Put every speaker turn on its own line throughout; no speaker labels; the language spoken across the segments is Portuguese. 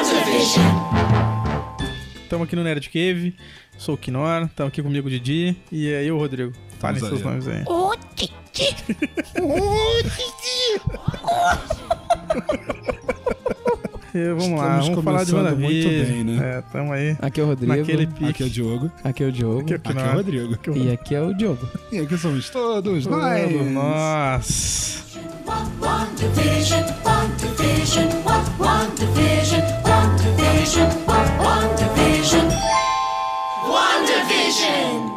Igreja.
Estamos aqui no Nerd Cave, sou o Kinora, estamos aqui comigo o Didi e aí o Rodrigo. Falem
Vamos
seus
aí.
nomes aí.
Ô, Titi. Ô, Titi.
E vamos lá,
Estamos
vamos falar de
começando muito
WandaVision.
bem, né?
É, tamo aí.
Aqui é o Rodrigo.
Naquele pique.
Aqui é o Diogo.
Aqui é o Diogo.
Aqui é o
Aqui é
Kinora.
o Rodrigo.
Aqui é o-
E aqui é o Diogo.
E aqui somos todos nós.
Todos nós.
One division, one division, one, one division, one division, one, one division. One division.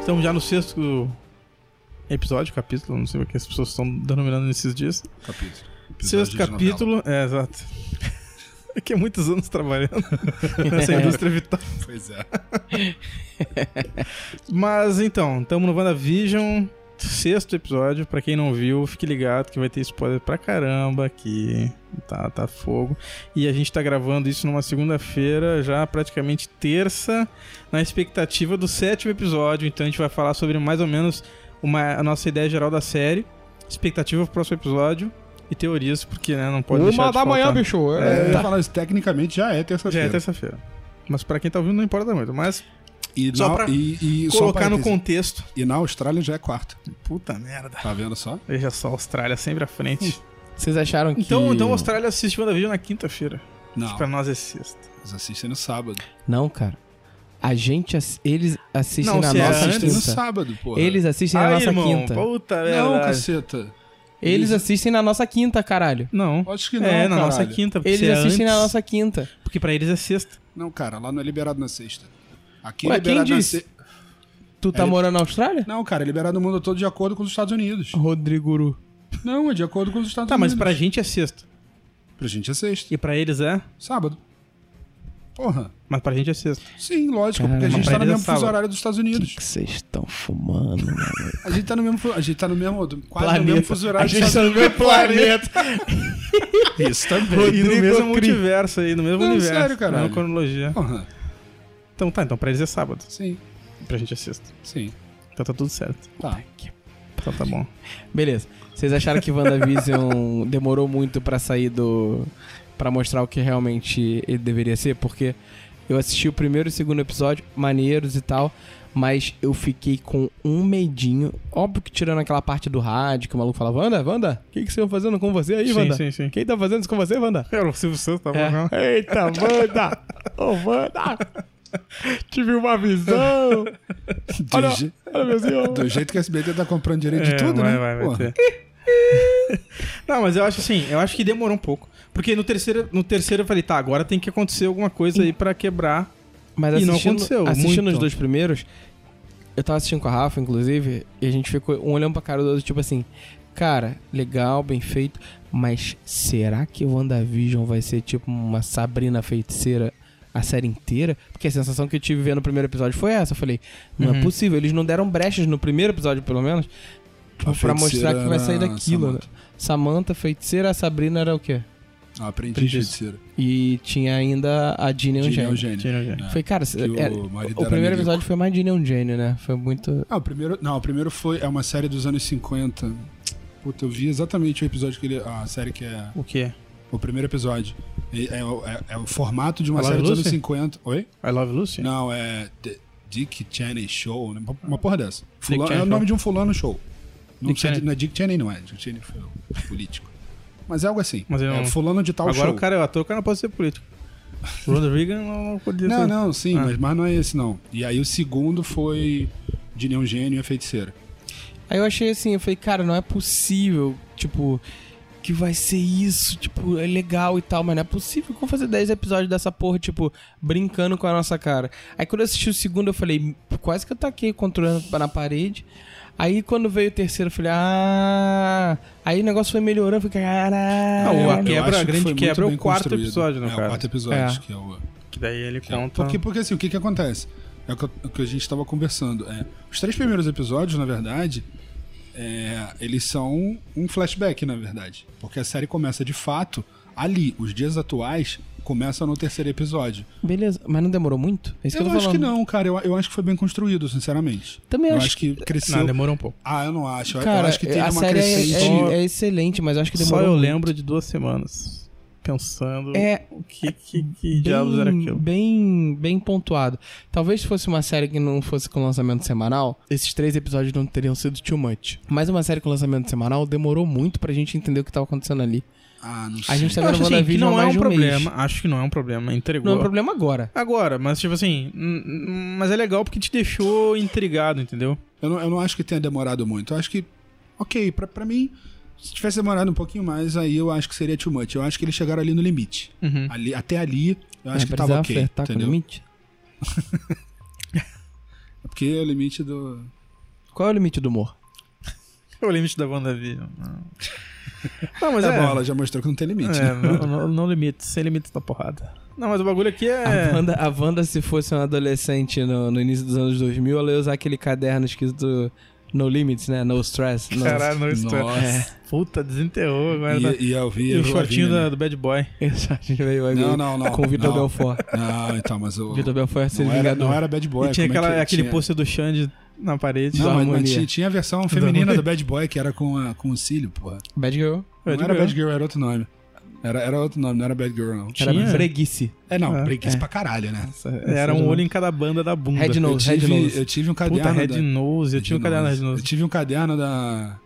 Estamos já no sexto episódio, capítulo, não sei o que as pessoas estão denominando nesses dias.
Capítulo. Episódio
Sexto
de
capítulo, é, exato. É que é muitos anos trabalhando nessa
É.
indústria vital.
novela. Pois é.
Mas então, estamos no WandaVision, sexto episódio. Pra quem não viu, fique ligado que vai ter spoiler pra caramba aqui. Tá, tá fogo. E a gente tá gravando isso numa segunda-feira, já praticamente terça, na expectativa do sétimo episódio. Então a gente vai falar sobre mais ou menos uma, a nossa ideia geral da série, expectativa pro próximo episódio e teorias, porque né, não pode deixar
Uma
de
da manhã,
faltar.
bicho.
Eu
É.
ia falar isso tecnicamente já é
Já é
terça-feira.
terça-feira. Mas pra quem tá ouvindo não importa muito, mas
E
Só
na-
pra
e- e só um
colocar no
parêntese.
contexto.
E na Austrália já é quarta.
Puta merda.
Tá vendo só?
Veja só, a Austrália sempre à frente.
Vocês acharam que.
Hum, Então, então a Austrália assiste WandaVision na quinta-feira.
Não,
Pra nós é sexta.
eles assistem no sábado.
Não, cara. A gente. ass- Eles assistem
Não,
na
se é
nossa
antes,
Assistem no
quinta.
sábado, porra.
Eles assistem na
Aí,
nossa
irmão,
quinta.
Puta é
Não,
merda.
caceta.
Eles assistem na nossa quinta, caralho.
Não.
Acho que não,
é, na
caralho.
nossa quinta. porque
Eles
se é
assistem
antes-
na nossa quinta.
Porque pra eles é sexta.
Não, cara, lá não é liberado na sexta. Aqui
Ué,
é
quem
liberado na
disse?
se...
Tu tá
É.
Ele-
morando na Austrália?
Não, cara, é liberado no mundo todo de acordo com os Estados Unidos.
Rodrigo.
Não, é de acordo com os Estados
Oh. Tá, mas
Unidos.
pra gente é sexta.
Pra gente é sexta.
E pra eles é?
Sábado. Porra.
Mas pra gente é sexta.
Sim, lógico, porque a gente
Pra
tá no
eles é
mesmo fuso
sábado.
horário dos Estados Unidos.
que vocês estão fumando, mano?
A gente tá no mesmo, fu- a gente tá no mesmo, quase no mesmo fuso horário.
A
dos
gente tá
Estados
no meu planeta.
Unidos. Isso também.
e no
Rodrigo
mesmo
Cri.
multiverso aí, no mesmo
Não,
universo.
sério, caralho.
Na cronologia.
Porra.
Então tá, então pra eles é sábado.
Sim,
Pra gente é sexta.
sim.
Então tá tudo certo.
Tá.
Então tá bom.
Beleza. Vocês acharam que WandaVision demorou muito pra sair do. pra mostrar o que realmente ele deveria ser? Porque eu assisti o primeiro e o segundo episódio, maneiros e tal, mas eu fiquei com um medinho. Óbvio que tirando aquela parte do rádio que o maluco falava: Wanda, Wanda, o que, que vocês estão fazendo com você aí,
Sim,
Wanda?
sim, sim.
Quem tá fazendo isso com você, Wanda?
Era o Silvio Santos, tá bom?
É.
não?
Eita, Wanda! Ô, Wanda! Tive uma visão!
Do,
Olha,
je-
olha meu senhor!
do jeito que a SBT tá comprando direito
É,
de tudo,
vai,
né?
Vai, vai
Porra.
ter. Não, mas eu acho assim, eu acho que demorou um pouco. Porque no terceiro, no terceiro eu falei, tá, agora tem que acontecer alguma coisa aí pra quebrar.
Mas
E
assistindo,
não aconteceu,
assistindo
muito.
os dois primeiros, eu tava assistindo com a Rafa, inclusive, e a gente ficou um olhando pra cara do outro, tipo assim, cara, legal, bem feito, mas será que o WandaVision vai ser tipo uma Sabrina feiticeira a série inteira? Porque a sensação que eu tive vendo o primeiro episódio foi essa. Eu falei, não
Uhum.
é possível, eles não deram brechas no primeiro episódio, pelo menos,
A
tipo, pra mostrar
feiticeira
que vai sair
era
daquilo. né?
Samantha.
Samantha, feiticeira, a Sabrina era o quê?
Ah, aprendi de
Aprendi.
feiticeira.
E tinha ainda a Ginny
Gene é o gênio.
Eugênio.
Tira, gente.
É,
Foi, cara,
que
era-
o marido
o
era
primeiro
milico.
episódio foi mais de Neon Gênio, né? Foi muito.
Ah, o primeiro. Não, o primeiro foi. É uma série dos anos 50. Puta, eu vi exatamente o episódio que ele. A série que é.
O quê?
O primeiro episódio. É, é o- é- é o formato de uma
Agora
série dos
Lucy?
anos 50. Oi?
I Love Lucy?
Não, é. The Dick Cheney Show. né? Uma- Uma porra dessa. Fulano-
Ah. Cheney
é o
Show.
nome de um fulano show. Não,
Dick
sei de-
Cheney.
não é Dick Cheney, não é. Dick Cheney foi um político. Mas é algo assim.
Mas ele
é
não-
fulano de
um
tal
Agora
show.
o cara é o ator, o cara não pode ser político. Ronald Reagan não, não podia
Não,
ser.
não, sim,
Ah.
mas, mas não é esse não. E aí o segundo foi de Neon Gênio e a Feiticeira.
Aí eu achei assim, eu falei, cara, não é possível, tipo, que vai ser isso, tipo, é legal e tal, mas não é possível como fazer 10 episódios dessa porra, tipo, brincando com a nossa cara. Aí quando eu assisti o segundo, eu falei, quase que eu taquei o controle na- na parede. Aí quando veio o terceiro, eu falei, ah. Aí o negócio foi melhorando, eu falei, caralho.
Não, Ah, o
É, Eu
quebra,
acho
a
que
grande
foi muito
quebra é o
bem
quarto
construído.
episódio, né,
É,
cara?
o quarto episódio,
É.
que é o...
Que daí ele
que é-
conta.
Porque, porque assim, o que que acontece? É o que, eu- o que a gente tava conversando. É, os três primeiros episódios, na verdade, é, eles são um flashback, na verdade. Porque a série começa de fato ali. Os dias atuais começam no terceiro episódio.
Beleza, mas não demorou muito? É isso
eu
que eu tô
acho
falando.
que não, cara. Eu, eu acho que foi bem construído, sinceramente.
Também
eu
acho
acho que cresceu.
Não, demorou um pouco.
Ah, eu não acho. Eu- eu
Cara,
acho que tem
a
uma
série é-
crescente.
é, é excelente, mas eu acho que demorou
Só eu
muito.
lembro de duas semanas pensando
É,
o que, que, que diabos
bem,
era aquilo.
Bem, bem pontuado. Talvez se fosse uma série que não fosse com lançamento semanal, esses três episódios não teriam sido too much. Mas uma série com lançamento semanal demorou muito pra gente entender o que tava acontecendo ali.
Ah, não sei.
A gente tá
Eu acho
gravando a
assim, que
vídeo há
não é
mais
um
de um
problema.
mês.
Acho que não é um problema. Entregou.
Não é um problema agora.
Agora, mas tipo assim, hum, hum, mas é legal porque te deixou intrigado, entendeu?
Eu não, eu não acho que tenha demorado muito. Eu acho que, ok, pra, pra mim, se tivesse demorado um pouquinho mais, aí eu acho que seria too much. Eu acho que eles chegaram ali no limite.
Uhum.
Ali, até ali, eu acho
É,
que
precisava
tava
ah,
ok.
tá
flertar com o
entendeu?
limite.
Porque é o limite do.
Qual é o limite do humor?
É O limite da WandaVision. Não, não mas
Mas a
é.
bola já mostrou que não tem limite.
É,
né?
não, não, não limite, sem limites da porrada. Não, mas o bagulho aqui
A,
é.
Wanda, a Wanda, se fosse uma adolescente no, no início dos anos 2000, ela ia usar aquele caderno escrito No Limits, né? No Stress. No-
Caralho, não estou.
Nossa.
Puta, desenterrou agora. tá-
E, e eu vi.
E
eu
o
vi,
shortinho
né?
da- do Bad Boy.
Isso, a gente vai, vai
Não,
ver
não, não,
Com o Vitor
não.
Belfort.
Não, então, mas o.
Vitor Belfort ia ser
Não era,
vingador.
não era Bad Boy.
e tinha
como é
aquela-
que-
aquele
tinha...
pôster do Xande na parede.
Não,
da
mas, mas
harmonia.
tinha, tinha a versão feminina
harmonia.
do Bad Boy, que era com, a, com o cílio, porra.
Bad Girl.
Bad
não era
Girl.
Bad Girl, era outro nome. Era, era outro nome, não era Bad Girl, não.
Era
Tinha?
breguice.
É, não,
É.
preguiça pra caralho, né?
Nossa, Era um olho em cada banda da bunda.
Red
Eu
Nose, Red
tive,
Nose.
eu tive um caderno.
Puta, Red
da-
Nose. Eu tinha um caderno Red
Eu
Nose.
tive um caderno da.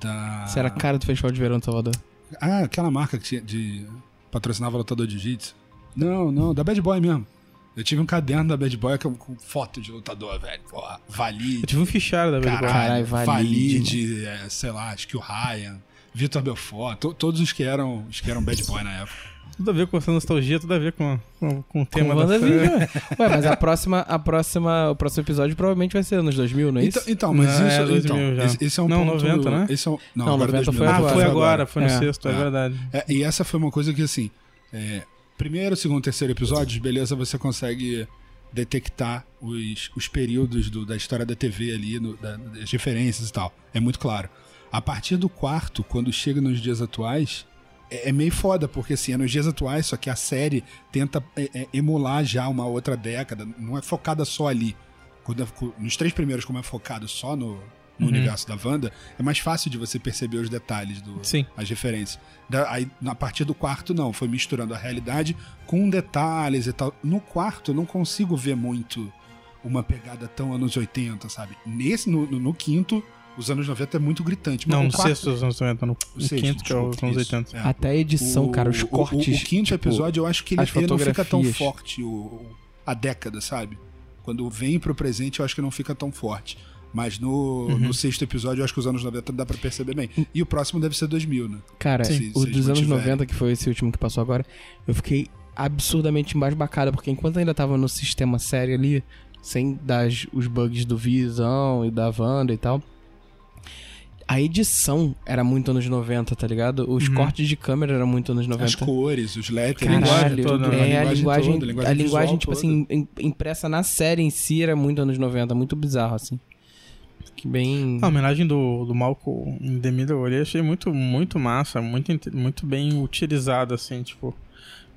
Da.
Isso era a cara do Festival de Verão de Salvador.
Ah, aquela marca que tinha de. patrocinava lutador de jiu-jitsu. Não, não, da Bad Boy mesmo. Eu tive um caderno da Bad Boy com, com foto de lutador, velho. Porra,
Eu
Valide.
tive um fichário da Bad Boy.
Caralho,
Caralho,
Valide,
Valide,
é, sei lá, acho que o Ryan, Vitor Belfort, to- todos os que eram, os que eram Bad Boy na época.
Tudo a ver com essa nostalgia, tudo a ver com, com, com o tema
Com
da
WandaVision,
série.
ué. Ué, mas a próxima, a próxima, o próximo episódio provavelmente vai ser anos 2000, não é isso?
Então, então, mas
Não,
isso.
é 2000
então,
já.
esse, esse é um
Não,
ponto,
90, né?
Esse é um, não,
Não,
agora
90
2000,
foi
Ah,
agora.
foi agora, foi no
É.
sexto, é,
É.
verdade.
É, e essa foi uma coisa que, assim, é, primeiro, segundo, terceiro episódio, beleza, você consegue detectar os, os períodos do- da história da TV ali, no- da- das referências e tal. É muito claro. A partir do quarto, quando chega nos dias atuais, é, é meio foda, porque assim, é nos dias atuais, só que a série tenta é, é, emular já uma outra década, não é focada só ali. Quando é fo- nos três primeiros, como é focado só no, no
Uhum.
universo da Wanda, é mais fácil de você perceber os detalhes do,
Sim.
as referências. Da- aí, na partir do quarto, não. Foi misturando a realidade com detalhes e tal. No quarto, eu não consigo ver muito uma pegada tão anos 80, sabe? Nesse, no, no- no quinto, os anos 90 é muito gritante. Mas
Não,
o
no
quarto,
sexto dos anos 90, no
o
no
sexto,
quinto, que é os
desculpa,
anos
isso,
80.
é.
Até a edição,
O-
cara, os
o-
cortes.
O, o quinto
tipo,
episódio, eu acho que ele,
as
ele não fica tão
fotografias.
forte. O, o- a década, sabe? Quando vem pro presente, eu acho que não fica tão forte. Mas no,
Uhum.
no sexto episódio, eu acho que os anos 90 dá pra perceber bem.
Hum.
E o próximo deve ser 2000, né?
Cara,
Sim.
o
Vocês
dos anos
mantiveram.
90, que foi esse último que passou agora, eu fiquei absurdamente embasbacado, porque enquanto ainda tava no sistema série ali, sem dar as- os bugs do Visão e da Wanda e tal, a edição era muito anos 90, tá ligado? Os
Uhum.
cortes de câmera eram muito anos 90.
As cores, os letras,
Caralho,
linguagem
toda,
toda.
né?
É, a linguagem,
toda,
a
visual
linguagem tipo
toda.
assim, im- impressa na série em si era muito anos 90, muito bizarro, assim. Que bem.
A homenagem do, do Malcolm em The Middle ali, eu achei muito, muito massa, muito, inte- muito bem utilizada, assim, tipo,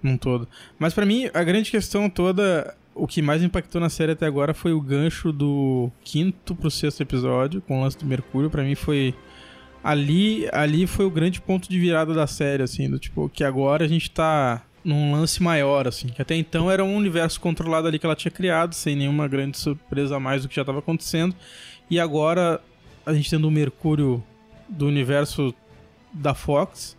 num todo. Mas pra mim, a grande questão toda, o que mais impactou na série até agora foi o gancho do quinto pro sexto episódio, com o lance do Mercúrio, pra mim foi... Ali, ali foi o grande ponto de virada da série, assim, do tipo, que agora a gente tá num lance maior, assim, que até então era um universo controlado ali que ela tinha criado, sem nenhuma grande surpresa a mais do que já tava acontecendo, e agora a gente tendo o Mercúrio do universo da Fox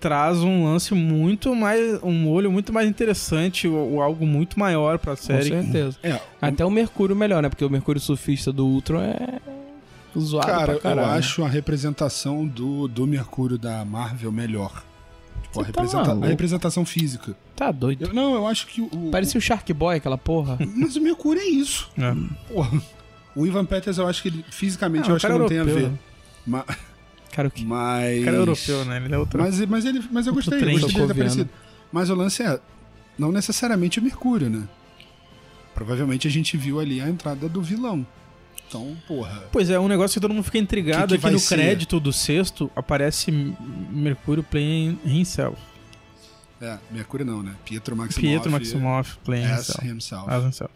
traz um lance muito mais um olho muito mais interessante ou, ou algo muito maior pra
com
série
certeza.
É,
Até o Mercúrio melhor, né? Porque o Mercúrio surfista do Ultron é. Zoado
cara,
pra caralho.
eu acho a representação do, do Mercúrio da Marvel melhor. Tipo, a,
Você tá
representa- a
maluco?
representação física.
Tá doido.
Eu- não, eu acho que o.
Parecia o Shark Boy, aquela porra.
Mas o Mercúrio é isso.
É.
Porra. O Ivan Peters, eu acho que ele, fisicamente,
Ah,
É,
eu
um
acho que
cara
não tem a
europeu,
ver.
né?
Ma-
Cara, o que.
Mas.
O cara é europeu, né? Ele é outro.
Mas, mas, ele, mas eu
Outro
gostei, eu
trem
gostei dele ter
socoviano.
aparecido. Mas o lance é. Não necessariamente o Mercúrio, né? Provavelmente a gente viu ali a entrada do vilão. Então, porra.
Pois é, um negócio que todo mundo fica intrigado
Que que
é que
vai
no
ser?
crédito do sexto aparece M- Mercúrio playing himself.
É, Mercúrio não, né? Pietro Maximoff. É,
Pietro Maximoff Ah, playing
As
himself.
himself.
As himself.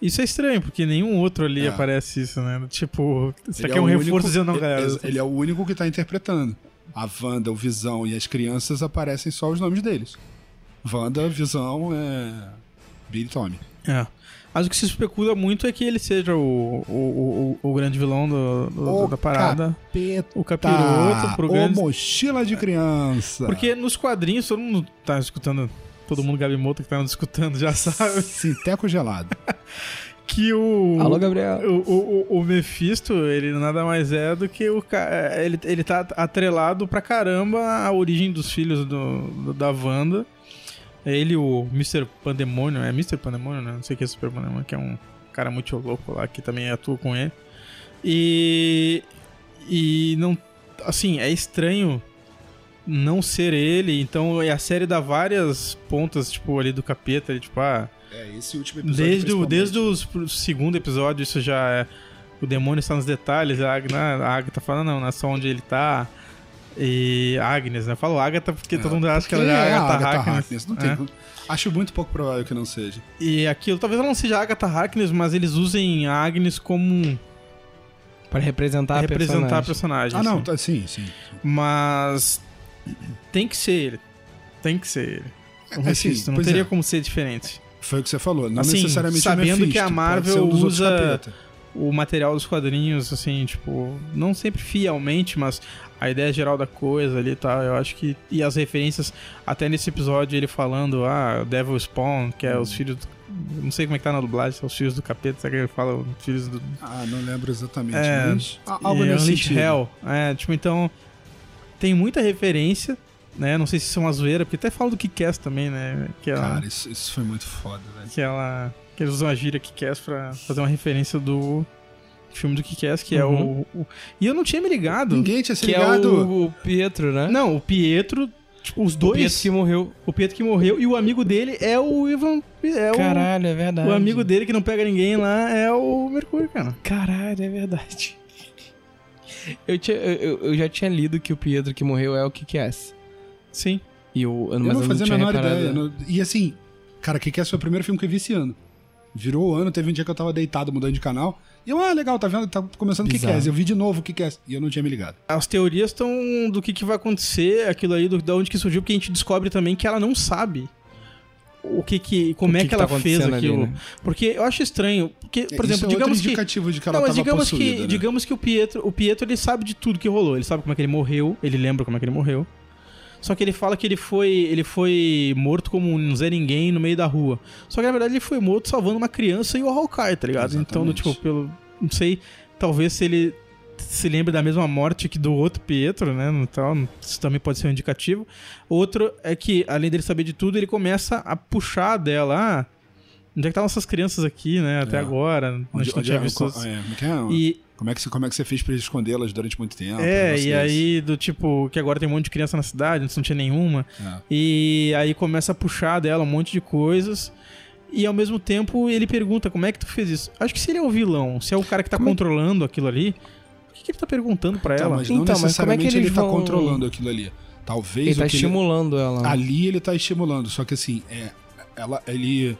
Isso é estranho, porque nenhum outro ali
É.
aparece isso, né? Tipo, isso
Ele
aqui é um
o
reforço
único-
dizendo, não,
ele-
galera.
ex- Ele é o único que tá interpretando. A Wanda, o Visão e as crianças aparecem só os nomes deles. Wanda, Visão, é... Billy e Tommy.
É. Mas o que se especula muito é que ele seja o, o, o, o grande vilão do- do- da parada.
Capeta,
O capiroto pro
o
grande.
mochila de criança.
Porque nos quadrinhos todo mundo tá escutando. Todo mundo Gabimoto que tá nos escutando já sabe
Sinteco gelado.
que o.
Alô, Gabriel.
O, o, o- o Mephisto, ele nada mais é do que o ca- é, ele, ele tá atrelado pra caramba à origem dos filhos do, do- da Wanda. É Ele, o Mr. Pandemônio, é Mr. Pandemônio, né? Não sei o que é Super Pandemônio, que é um cara muito louco lá que também atua com ele. E. E não. Assim, é estranho não ser ele. Então a série dá várias pontas, tipo, ali do capeta, ali, tipo, ah.
É, esse último episódio.
Desde o,
principalmente.
desde os- o segundo episódio, isso já é. O demônio está nos detalhes, a Agnes, a Agatha fala, não, não é só onde ele tá. E a Agnes, né? Eu falo Agatha porque todo mundo acha que ela
Quem
é a
é a
Agatha,
Agatha
Harkness.
Harkness? Não
né?
tem como- Acho muito pouco provável que não seja.
E aquilo, talvez ela não seja a Agatha Harkness, mas eles usem a Agnes como um
Pra representar,
representar
representar
a personagem.
Tá, Ah, não,
assim.
tá, sim, sim.
Mas tem que ser ele. Tem que ser ele. O
É, assim,
Mephisto, Um não
pois
teria
é.
como ser diferente.
Foi o que você falou. Não
Assim,
necessariamente o
sabendo que
Mephisto,
a
pode
Marvel
ser um dos outros
usa-
capeta.
o material dos quadrinhos, assim, tipo, não sempre fielmente, mas a ideia geral da coisa ali e tal, eu acho que. E as referências, até nesse episódio ele falando, ah, Devil Spawn, que é os filhos. do- Não sei como é que tá na dublagem, são os filhos do capeta, sabe que ele fala os filhos do.
Ah, não lembro exatamente,
É,
mas... a- Algo
e
nesse
Unleash
sentido.
Hell. É, tipo, então. Tem muita referência, né? Não sei se são uma zoeira, porque até fala do Kickass também, né? Que é
Cara, isso, isso foi muito foda, velho.
que é ela que eles usam a gíria Kick-Ass pra fazer uma referência do filme do Kick-Ass, que
Uhum.
é o, o- E eu não tinha me ligado.
Ninguém tinha se
Que é
ligado.
o, o Pietro, né?
Não, o Pietro, tipo, os
o
dois.
Pietro que morreu.
o Pietro que morreu e o amigo dele é o Ivan. É o,
Caralho, é verdade.
o amigo dele que não pega ninguém lá é o Mercúrio, cara.
Caralho, é verdade. Eu, tinha, eu, eu- eu já tinha lido que o Pietro que morreu é o Kick-Ass.
Sim.
E o,
Eu
mas
não fazia a
tinha
menor
reparado.
é.
ideia. não- E assim, cara, que que é o primeiro filme que eu vi esse ano? Virou o ano, teve um dia que eu tava deitado mudando de canal. E eu, ah, legal, tá vendo? Tá começando o que que é.
Bizarro.
Eu vi de novo o que que é. E eu não tinha me ligado.
As teorias estão do que, que vai acontecer, aquilo aí, do, da onde que surgiu, porque a gente descobre também que ela não sabe o que que, como
O
é
que
que,
que tá
ela fez
acontecendo ali,
aquilo.
né?
Porque eu acho estranho, porque, por
Isso
exemplo,
é
digamos
outro
que
indicativo de que ela
Não, mas
tava
digamos
possuída,
que,
né?
digamos que o Pietro, o Pietro ele sabe de tudo que rolou. Ele sabe como é que ele morreu, ele lembra como é que ele morreu. Só que ele fala que ele foi, ele foi morto como um zé ninguém no meio da rua. Só que na verdade ele foi morto salvando uma criança e o Hawkeye, tá ligado? Então, do,
Exatamente.
tipo, pelo não sei, talvez se ele se lembre da mesma morte que do outro Pietro, né? no tal, Isso também pode ser um indicativo. Outro é que, além dele saber de tudo, ele começa a puxar dela. Ah, onde é que estavam essas crianças aqui, né? Até
É.
agora. a
Onde,
gente não
onde
tinha
é,
visto.
co- é, como é que é?
E,
Como é que, você- como é que você fez pra escondê-las durante muito tempo? um
é,
negócio
e
desse.
aí do tipo, que agora tem um monte de criança na cidade, antes não tinha nenhuma.
É.
E aí começa a puxar dela um monte de coisas. E ao mesmo tempo ele pergunta como é que tu fez isso. Acho que se ele é o vilão, se é o cara que tá
Como é que-
controlando aquilo ali, o que, que ele tá perguntando pra
Então,
ela?
mas não
Então, mas como é que
necessariamente
eles
ele tá
vão-
controlando aquilo ali. Talvez
Ele
o
tá
que ele-
estimulando ela. né?
Ali ele tá estimulando, só que assim, é, ela, ele,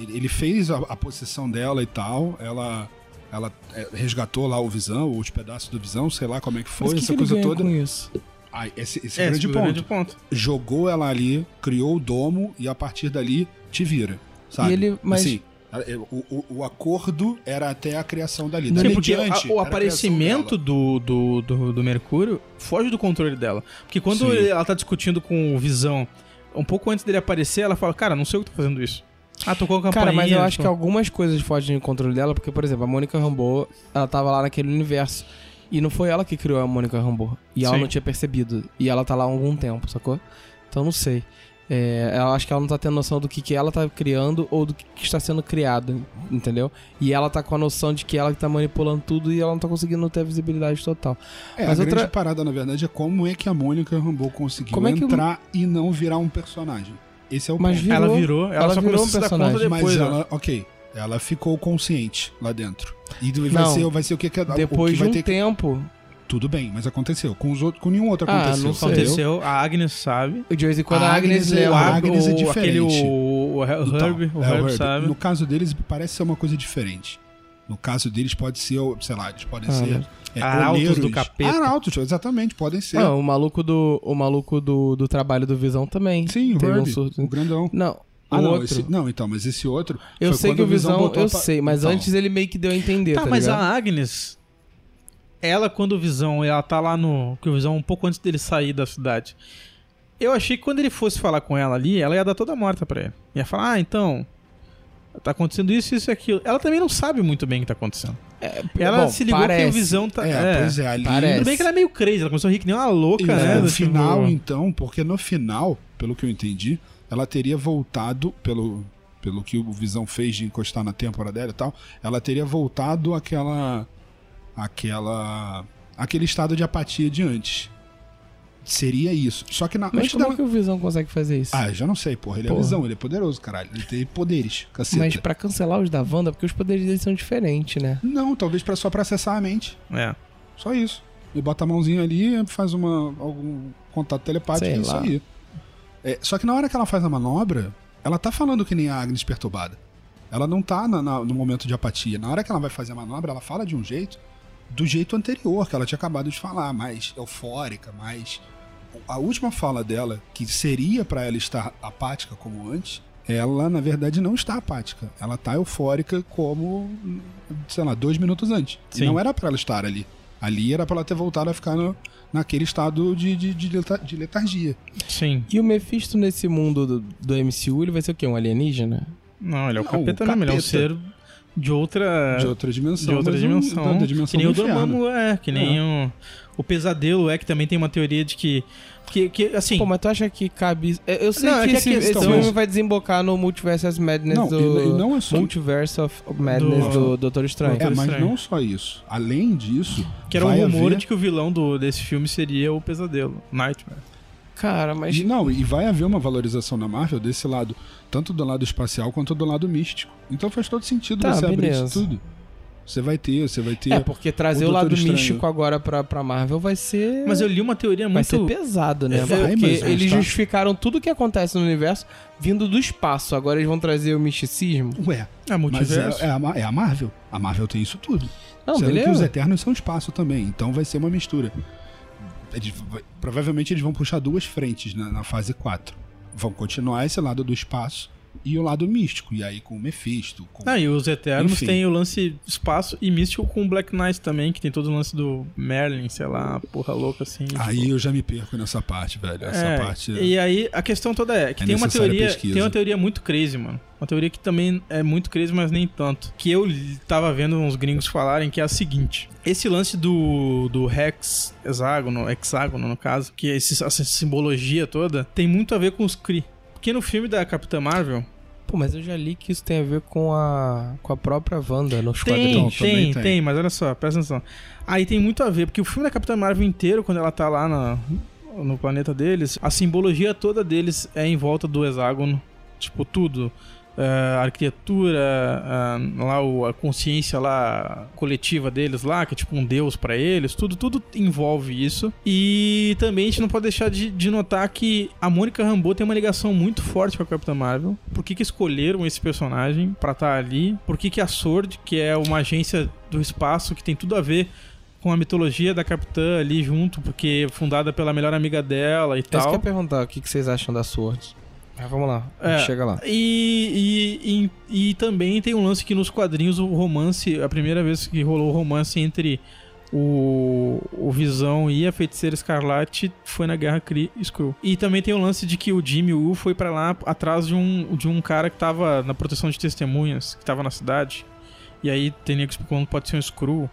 ele ele fez a, a posição dela e tal, ela, ela é, resgatou lá o Visão, ou os pedaços do Visão, sei lá como é que foi,
Mas o que
essa
que ele
coisa
ganha
toda.
com isso?
Ah, esse esse
É,
é o grande
esse
ponto.
grande ponto.
Jogou ela ali, criou o domo e a partir dali te vira, sabe?
E ele- mas-
Assim, a- é, o, o- o acordo era até a criação dali.
Sim,
Dali em
porque a- o
diante, é era a criação
aparecimento
dela.
do, do, do, do Mercúrio foge do controle dela. Porque quando
Sim.
ela tá discutindo com o Visão, um pouco antes dele aparecer, ela fala, cara, não sei o que tô fazendo isso. Ah, tocou a campainha.
Cara, mas eu acho
tipo,
que algumas coisas fogem do controle dela, porque, por exemplo, a Mônica Rambeau, ela tava lá naquele universo. E não foi ela que criou a Mônica Rambeau. E ela
Sim.
não tinha percebido. E ela tá lá há algum tempo, sacou? Então não sei. É, eu acho que ela não tá tendo noção do que, que ela tá criando ou do que, que está sendo criado, entendeu? E ela tá com a noção de que ela que tá manipulando tudo e ela não tá conseguindo ter a visibilidade total.
É,
Mas
a
outra-
grande parada, na verdade, é como é que a Mônica Rambeau conseguiu
Como é que o-
entrar e não virar um personagem. Esse é o
Mas né?
ponto.
virou.
Ela virou, ela,
Ela
só
virou
começou
um
a se dar conta
personagem.
depois. né?
Mas
ó.
ela, ok, ela ficou consciente lá dentro. E vai,
Não.
ser, vai ser o que, que o
Depois
que
de
vai
um
ter que-
tempo,
Tudo bem, mas aconteceu. Com, os outros, com nenhum outro
Ah,
aconteceu.
não
Só
entendeu?
Aconteceu, a Agnes sabe.
de vez em quando a
A
Agnes
Agnes é
O
leva.
lá.
Ag-
Agnes é
o-
diferente.
Aquele, o, o Her-
Então,
Herb, o
é,
Herb,
o Herb.
sabe.
No caso deles, parece ser uma coisa diferente. No caso deles, pode ser, sei lá, eles podem
Ah,
ser.
né?
É,
Arautos
olheiros.
do capeta.
Arautos, exatamente, podem ser.
Não, o maluco do, o maluco do, do trabalho do Visão também.
Sim, o
teve
Herb,
um surto.
o grandão.
Não,
Ah,
o
não,
outro.
esse- não, então, mas esse outro.
Eu
foi
sei que
quando
o Visão,
botou
eu
a pa-
sei, mas
Então,
antes ele meio que deu a entender, tá,
Tá, mas
ligado?
a Agnes, ela quando o Visão, ela tá lá no. Que o Visão, um pouco antes dele sair da cidade. Eu achei que quando ele fosse falar com ela ali, ela ia dar toda morta pra ele. Ia falar, ah, então. Tá acontecendo isso, isso e aquilo. Ela também não sabe muito bem o que tá acontecendo. Ela
bom,
se ligou que o
parece.
Visão tá.
É, pois é, ali.
parece.
Tudo bem que ela é meio crazy, ela começou a rir que nem uma louca,
E
né?
no
do tipo-
final, então, porque no final, pelo que eu entendi, ela teria voltado, pelo, pelo que o Visão fez de encostar na têmpora dela e tal, ela teria voltado àquela. àquela. aquele estado de apatia de antes. Seria isso. Só que na.
Mas
antes
como
dela-
é que o Visão consegue fazer isso?
Ah, já não sei, porra. Ele é
Porra.
visão, ele é poderoso, caralho. Ele tem poderes, caceta.
mas pra cancelar os da Wanda, porque os poderes deles são diferentes, né?
Não, talvez pra, só pra acessar a mente.
É.
Só isso. Ele bota a mãozinha ali, faz uma, algum contato telepático,
Sei
é isso
lá.
aí. É, só que na hora que ela faz a manobra, ela tá falando que nem a Agnes perturbada. Ela não tá na- na- no momento de apatia. Na hora que ela vai fazer a manobra, ela fala de um jeito, do jeito anterior que ela tinha acabado de falar, mais eufórica, mais. A última fala dela, que seria pra ela estar apática como antes, ela na verdade não está apática. Ela tá eufórica como, sei lá, dois minutos antes. E
Sim.
Não era pra ela estar ali. Ali era pra ela ter voltado a ficar no- naquele estado de, de, de letar- de letargia.
Sim.
E o Mephisto nesse mundo do, do MCU, ele vai ser o quê? Um alienígena?
Não, ele é o
Não,
capeta
o
mesmo, ele é um
capeta.
ser de outra.
de outra dimensão.
É. de outra
mas não-
dimensão.
da- da dimensão
que nem o
do inferno.
Dormammu é, que nem o, o Pesadelo é, que também tem uma teoria de que. que, que assim.
Pô, mas tu acha que cabe. Eu- Eu sei
Não, é
que,
que a
esse, esse
questão-
filme vai desembocar no Multiverse of Madness
Não,
do.
e- e não é só-
Multiverse of Madness
Do-
do, Doutor Estranho.
É,
Doutor
mas
Estranho.
não só isso. Além disso,
que era um
vai
rumor
haver-
de que o vilão do, desse filme seria o Pesadelo, Nightmare.
Cara, mas.
E, não, e vai haver uma valorização na Marvel desse lado, tanto do lado espacial quanto do lado místico. Então faz todo sentido
Tá,
você abrir
beleza.
isso tudo. Você vai ter, você vai ter.
É, porque trazer
o
o, lado
Doutor Estranho.
místico agora pra, pra Marvel vai ser.
Mas eu li uma teoria
Vai
muito.
ser pesado, né?
É, vai,
Porque
mas a gente
eles
tá-
justificaram tudo que acontece no universo vindo do espaço. Agora eles vão trazer o misticismo.
Ué,
É
mas
multiverso.
é, é a, Ma- é a Marvel. A Marvel tem isso tudo.
Não,
Sendo que os
beleza.
Eternos são espaço também, então vai ser uma mistura. Eles- vai- provavelmente eles vão puxar duas frentes na, na fase 4. Vão continuar esse lado do espaço e o lado místico. E aí com o Mephisto, com
Ah, e os Eternos
Enfim.
tem o lance espaço e místico com o Black Knight também, que tem todo o lance do Merlin, sei lá, porra louca assim.
Aí eu já me perco nessa parte, velho. Essa
É,
parte. né?
E aí, a questão toda é que
é
tem uma
necessária
teoria,
pesquisa.
tem uma teoria muito crazy, mano. Uma teoria que também é muito crazy, mas nem tanto. Que eu li- tava vendo uns gringos falarem que é a seguinte: esse lance do, do hex, hexágono, hexágono no caso, que é esse- essa simbologia toda, tem muito a ver com os Kree. Porque no filme da Capitã Marvel,
Pô, mas eu já li que isso tem a ver com a, com a própria Wanda
Tem,
no esquadrão.
Esquadrão também
tem,
tem.
tem, mas olha só, presta atenção. Aí tem muito a ver, porque o filme da Capitã Marvel inteiro, quando ela tá lá na- no planeta deles, a simbologia toda deles é em volta do hexágono. Tipo, tudo. É, a arquitetura, a- lá o- a consciência lá coletiva deles lá, que é tipo um deus pra eles, tudo, tudo envolve isso. E também a gente não pode deixar de, de notar que a Mônica Rambeau tem uma ligação muito forte com a Capitã Marvel. Por que, que escolheram esse personagem pra estar ali? Por que, que a Sword, que é uma agência do espaço que tem tudo a ver com a mitologia da Capitã ali junto, porque é fundada pela melhor amiga dela e
É isso que eu ia
tal.
perguntar, o que, que vocês acham da Sword? Mas vamos lá, a gente
É.
chega lá.
E, e, e, e também tem um lance que nos quadrinhos o romance, a primeira vez que rolou o romance entre o, o Visão e a Feiticeira Escarlate foi na Guerra Kree Skrull. E também tem o lance de que o Jimmy Woo foi pra lá atrás de um, de um cara que tava na proteção de testemunhas, que tava na cidade. E aí tem nego explicando que pode ser um Skrull.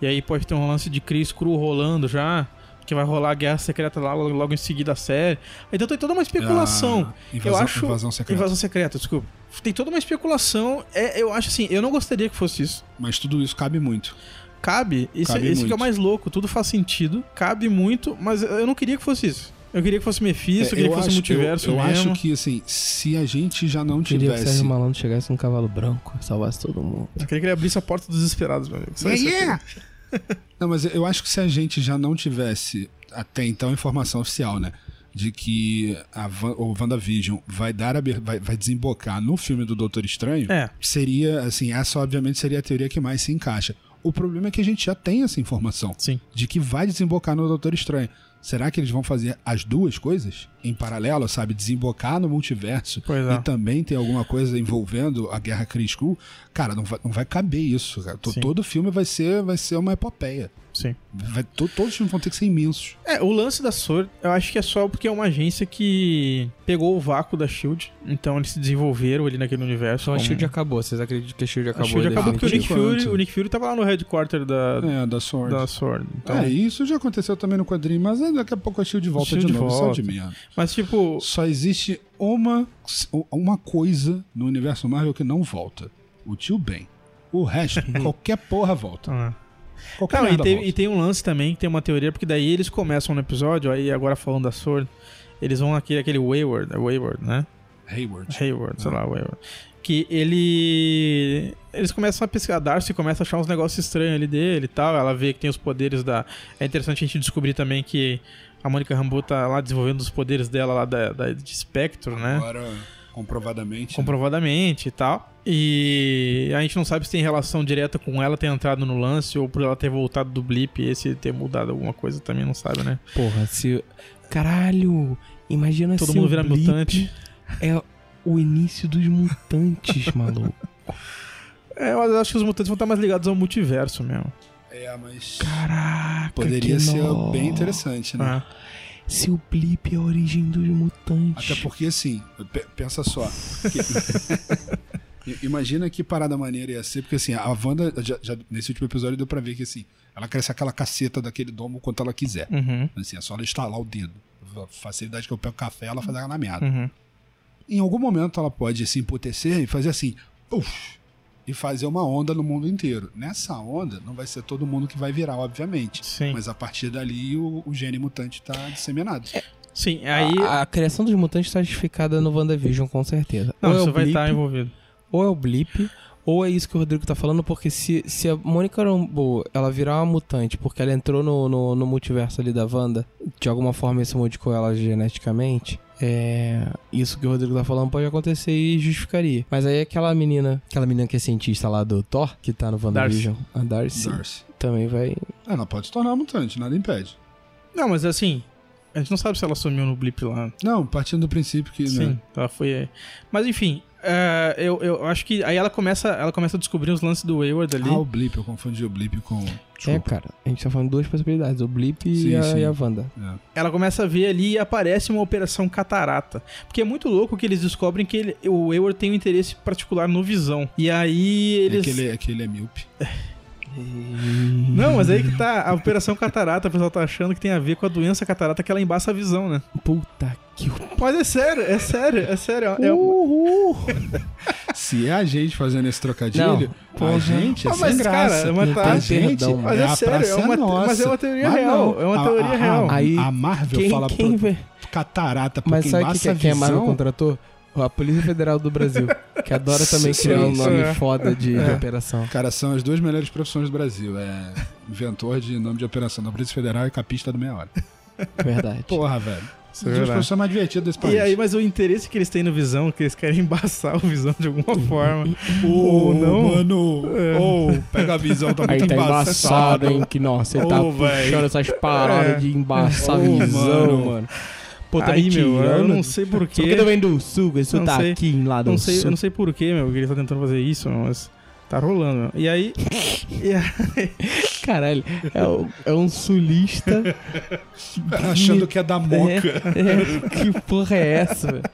E aí pode ter um lance de Kree Skrull rolando já. Que vai rolar a guerra secreta lá logo logo em seguida a série. Então tem toda uma especulação.
Ah, invasão,
eu acho-
Invasão secreta.
Invasão secreta, desculpa. Tem toda uma especulação. É, eu acho assim, eu não gostaria que fosse isso.
Mas tudo isso cabe muito.
Cabe, isso,
Cabe
esse que é o
muito.
mais louco, tudo faz sentido, cabe muito, mas eu não queria que fosse isso. Eu queria que fosse Mephisto, eu
É,
queria que fosse
acho-
multiverso
eu, eu
mesmo.
acho que, assim, se a gente já não
Queria que o
tivesse...
Sérgio Malandro chegasse num cavalo branco e salvasse todo mundo.
Eu queria que ele abrisse a porta dos desesperados, meu amigo. Só isso eu queria.
Não, mas eu acho que se a gente já não tivesse até então informação oficial, né? De que a Van, o WandaVision vai dar aber- vai, vai desembocar no filme do Doutor Estranho,
É.
seria, assim, essa obviamente seria a teoria que mais se encaixa. O problema é que a gente já tem essa informação
Sim.
de que vai desembocar no Doutor Estranho. Será que eles vão fazer as duas coisas em paralelo, sabe? Desembocar no multiverso
Pois é.
e também tem alguma coisa envolvendo a Guerra Cris Crew? Cara, não vai, não vai caber isso, cara. T-
Sim.
Todo filme vai ser, vai ser uma epopeia.
Sim.
Vai- to- todos os filmes vão ter que ser imensos.
É, o lance da Sword, eu acho que é só porque é uma agência que pegou o vácuo da Shield, então eles se desenvolveram ali naquele universo.
Então a
como-
Shield acabou. Vocês acreditam que a Shield
A
acabou?
Shield acabou porque o Nick,
definitivo?
Fury,
Enquanto-
o Nick Fury tava lá no headquarter da,
É, da Sword.
da Sword. Então,
É, isso já aconteceu também no quadrinho, mas é, daqui a pouco a Shield volta
Shield
de novo, só
volta.
de merda.
Mas tipo,
Só existe uma, uma coisa no universo Marvel que não volta. O tio Ben. O resto, qualquer porra volta.
ah,
Qualquer
Não, e
merda
tem,
volta.
e tem um lance também, que tem uma teoria, porque daí eles começam no episódio, aí agora falando da Sword, eles vão aquele, aquele Wayward, é Wayward, né?
Hayward.
Hayward, sei lá, Wayward. Que ele. Eles começam a pesquisar, a Darcy começa a achar uns negócios estranhos ali dele e tal. Ela vê que tem os poderes da. É interessante a gente descobrir também que a Mônica Rambeau tá lá desenvolvendo os poderes dela lá da, da- de Spectro, né?
Agora, comprovadamente.
comprovadamente e tal. E a gente não sabe se tem relação direta com ela ter entrado no lance ou por ela ter voltado do blip e esse ter mudado alguma coisa também não sabe, né?
Porra, se. Caralho! Imagina
Todo
se
mundo
o
vira
Blip
mutante.
É o início dos mutantes, maluco.
É, eu acho que os mutantes vão estar mais ligados ao multiverso mesmo.
É, mas.
Caraca,
Poderia
que
ser
nó.
bem interessante, né?
Ah,
Se o Blip é a origem dos mutantes.
Até porque, assim, pe- pensa só. que- I- Imagina que parada maneira ia ser, porque assim, a Wanda, já- já nesse último episódio deu pra ver que assim, ela cresce aquela caceta daquele domo quanto ela quiser.
Uhum,
Assim, é só ela estalar o dedo. A facilidade que eu pego café, ela faz ela na merda.
uhum.
Em algum momento ela pode se emputecer e fazer assim, puff, e fazer uma onda no mundo inteiro. Nessa onda, não vai ser todo mundo que vai virar, obviamente.
Sim.
Mas a partir dali o, o gene mutante tá disseminado.
É, Sim, aí.
A, a criação dos mutantes está justificada no WandaVision, com certeza.
não,
ou, é
isso
o
vai
Blip,
tá
estar envolvido.
ou é o Blip, ou é isso que o Rodrigo tá falando, porque se, se a Mônica Rambeau, ela virar uma mutante, porque ela entrou no, no, no multiverso ali da Wanda, de alguma forma isso modificou ela geneticamente, é... Isso que o Rodrigo tá falando pode acontecer e justificaria. Mas aí é aquela menina, aquela menina que é cientista lá do Thor, que tá no WandaVision, a Darcy,
Darcy. É,
também vai...
Ela pode se tornar mutante, nada impede.
Não, mas assim. A gente não sabe se ela sumiu no blip lá.
Não, partindo do princípio que.
Sim,
Né?
ela foi aí. Mas enfim, é, eu, eu acho que. Aí ela começa, ela começa a descobrir os lances do Wayward ali.
Ah, o Blip, eu confundi o Blip com.
É, cara, a gente tá falando duas possibilidades, o Blip e,
Sim,
a,
sim.
e a Wanda.
ela começa a ver ali e aparece uma operação catarata. Porque é muito louco que eles descobrem que ele- o Wayward tem um interesse particular no Visão. E aí
É,
eles.
é, que ele, é que ele é míope.
Não, mas aí que tá. A operação catarata, o pessoal tá achando que tem a ver com a doença catarata que ela embaça a visão, né?
Puta que
Mas é sério, é sério, é sério. É,
Uhul!
Se é a gente fazendo esse trocadilho,
Não,
a
porra.
gente é
Ah,
sem
mas,
graça.
cara, mas
A
tá-
gente,
Perdão,
mas é
Uh, a
sério, é
praça
uma-
nossa. Ah,
mas é uma teoria
Mas
real, é uma
a-
teoria
a-
real.
A,
Aí-
a Marvel
Quem,
fala
quem
pro
vê?
catarata porque
Mas sabe o que,
embaça
que, é que a
visão.
Marvel contratou? A Polícia Federal do Brasil, que adora também
Sim,
criar um
sim.
nome
É.
foda de, de operação.
Cara, são as duas melhores profissões do Brasil. É inventor de nome de operação da Polícia Federal e capista do meia hora.
Verdade.
Porra, velho. São as duas
é verdade.
profissões mais divertidas desse país.
E aí, mas o interesse que eles têm no Visão, que eles querem embaçar o Visão de alguma forma.
Ô,
Ou não.
Mano,
É.
ô, pega a visão, tá muito embaçado.
Que nossa,
ele tá Ô, véi. puxando
essas
paradas É.
de embaçar
Ô, visão, mano.
Pô, tá
aí, meu, eu não sei porquê.
também do sul, esse
Não sei.
sotaquinho lá do
Não sei, eu
sul.
não sei porquê, meu, que ele tá tentando fazer isso, mas tá rolando, meu. E aí. e aí-
Caralho, é, o- é um sulista.
Achando que é da moca.
É, é, que porra é essa, velho?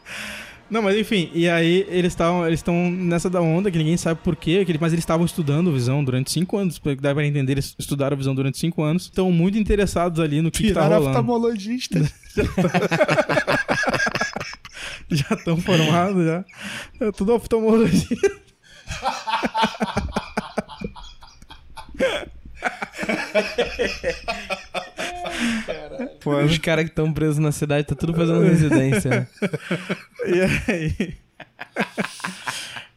Não, mas enfim, e aí eles estavam eles estão nessa da onda que ninguém sabe por quê, que ele- mas eles estavam estudando visão durante cinco anos, porque dá pra entender, eles estudaram visão durante cinco anos, estão muito interessados ali no que, que tá
Viraram
rolando.
oftalmologista.
Já estão formados, já. É tudo oftalmologia. foda.
Os caras que estão presos na cidade, tá tudo fazendo residência. né?
E aí?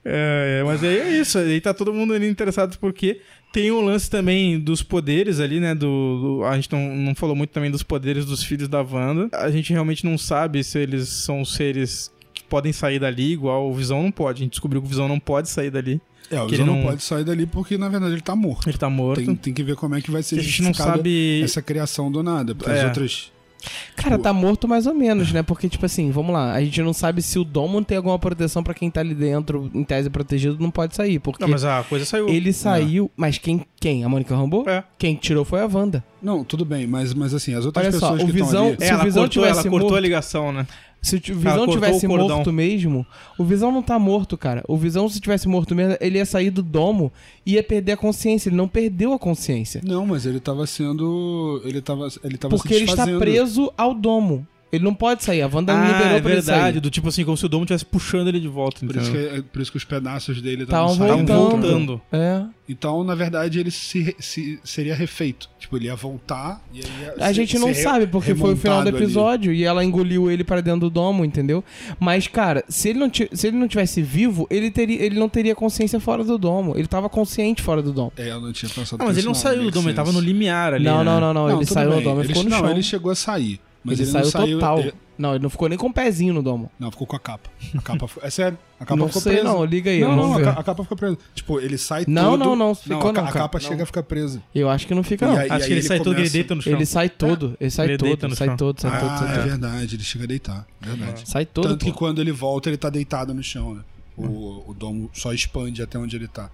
É, é, mas aí é isso. Aí tá todo mundo ali interessado porque tem um lance também dos poderes ali, né? Do, do- a gente não, não falou muito também dos poderes dos filhos da Wanda. A gente realmente não sabe se eles são seres que podem sair dali, igual o Visão não pode. A gente descobriu que o Visão não pode sair dali.
É, o
Que
Visão
ele
não...
não-
pode sair dali porque, na verdade, ele tá morto.
Ele tá morto.
Tem, tem que ver como é que vai ser
a gente não
justificada
sabe.
essa criação do nada. Porque as
É.
outras.
Cara, tá morto mais ou menos, né? Porque, tipo assim, vamos lá, a gente não sabe se o Domon tem alguma proteção pra quem tá ali dentro, em tese protegido, não É. pode sair. Porque
Não, mas a coisa saiu.
ele saiu, mas quem? Quem? A Mônica Rambeau?
É.
Quem tirou foi a Wanda.
Não, tudo bem, mas, mas assim, as outras
Olha só,
pessoas
o
que estão
Visão-
ali.
É,
se o
ela
Visão
cortou, ela
tivesse
cortou a
morto-
ligação, né?
Se o t-
Ela
Visão
cortou
tivesse
o cordão.
morto mesmo, o Visão não tá morto, cara. O Visão, se tivesse morto mesmo, ele ia sair do domo e ia perder a consciência. Ele não perdeu a consciência.
Não, mas ele tava sendo. Ele tava, ele tava
porque ele está preso ao domo. Ele não pode sair. A Wanda não liberou
é
pra ele
verdade.
sair.
Do tipo assim, como se o Dom estivesse puxando ele de volta.
Por isso, que,
entendeu?
é por isso que os pedaços dele
Estavam
estavam saindo.
Tavam
Tá voltando.
voltando.
É.
Então, na verdade, ele se, re- se- seria refeito. Tipo, ele ia voltar e aí ia
A
ser-
gente não
ser re-
sabe, porque foi o final do
remontado ali.
episódio e ela engoliu ele pra dentro do domo, entendeu? Mas, cara, se ele não, ti- se ele não tivesse vivo, ele, teria, ele não teria consciência fora do domo. Ele tava consciente fora do domo.
É, eu não tinha pensado
Não, Ah, mas ele
nisso,
não saiu do
make
Dom, ele tava
sense.
no limiar ali.
não,
né?
não, não, não,
Não,
Ele
tudo
saiu do
bem,
domo, ele
ele-
ficou no
não,
chão.
ele chegou a sair. Mas
Ele
ele, não
saiu
saiu. é,
total.
ele-
Não, ele não ficou nem com o pezinho no domo.
não, ficou com a capa. A capa foi. É sério, a capa
não
ficou
sei,
presa.
não. Liga aí,
não,
vamos
não, a,
ver.
ca- a capa ficou presa. Tipo, ele sai
Não,
todo.
não, não, ficou
a, ca-
não,
a
cara,
capa chega a ficar presa.
Eu acho que não fica,
E
não.
aí-
Acho que ele
ele
sai todo, ele
começa-
deita no chão.
Ele sai todo. Ele sai
Ele deita
todo,
no
sai
chão.
todo, sai todo,
Ah,
sai
é
todo.
verdade, ele chega a deitar. Verdade.
Sai tá, Ah, todo,
Tanto que
pô.
quando ele volta, ele tá deitado no chão, né? O,
Ah.
o domo só expande até onde ele tá.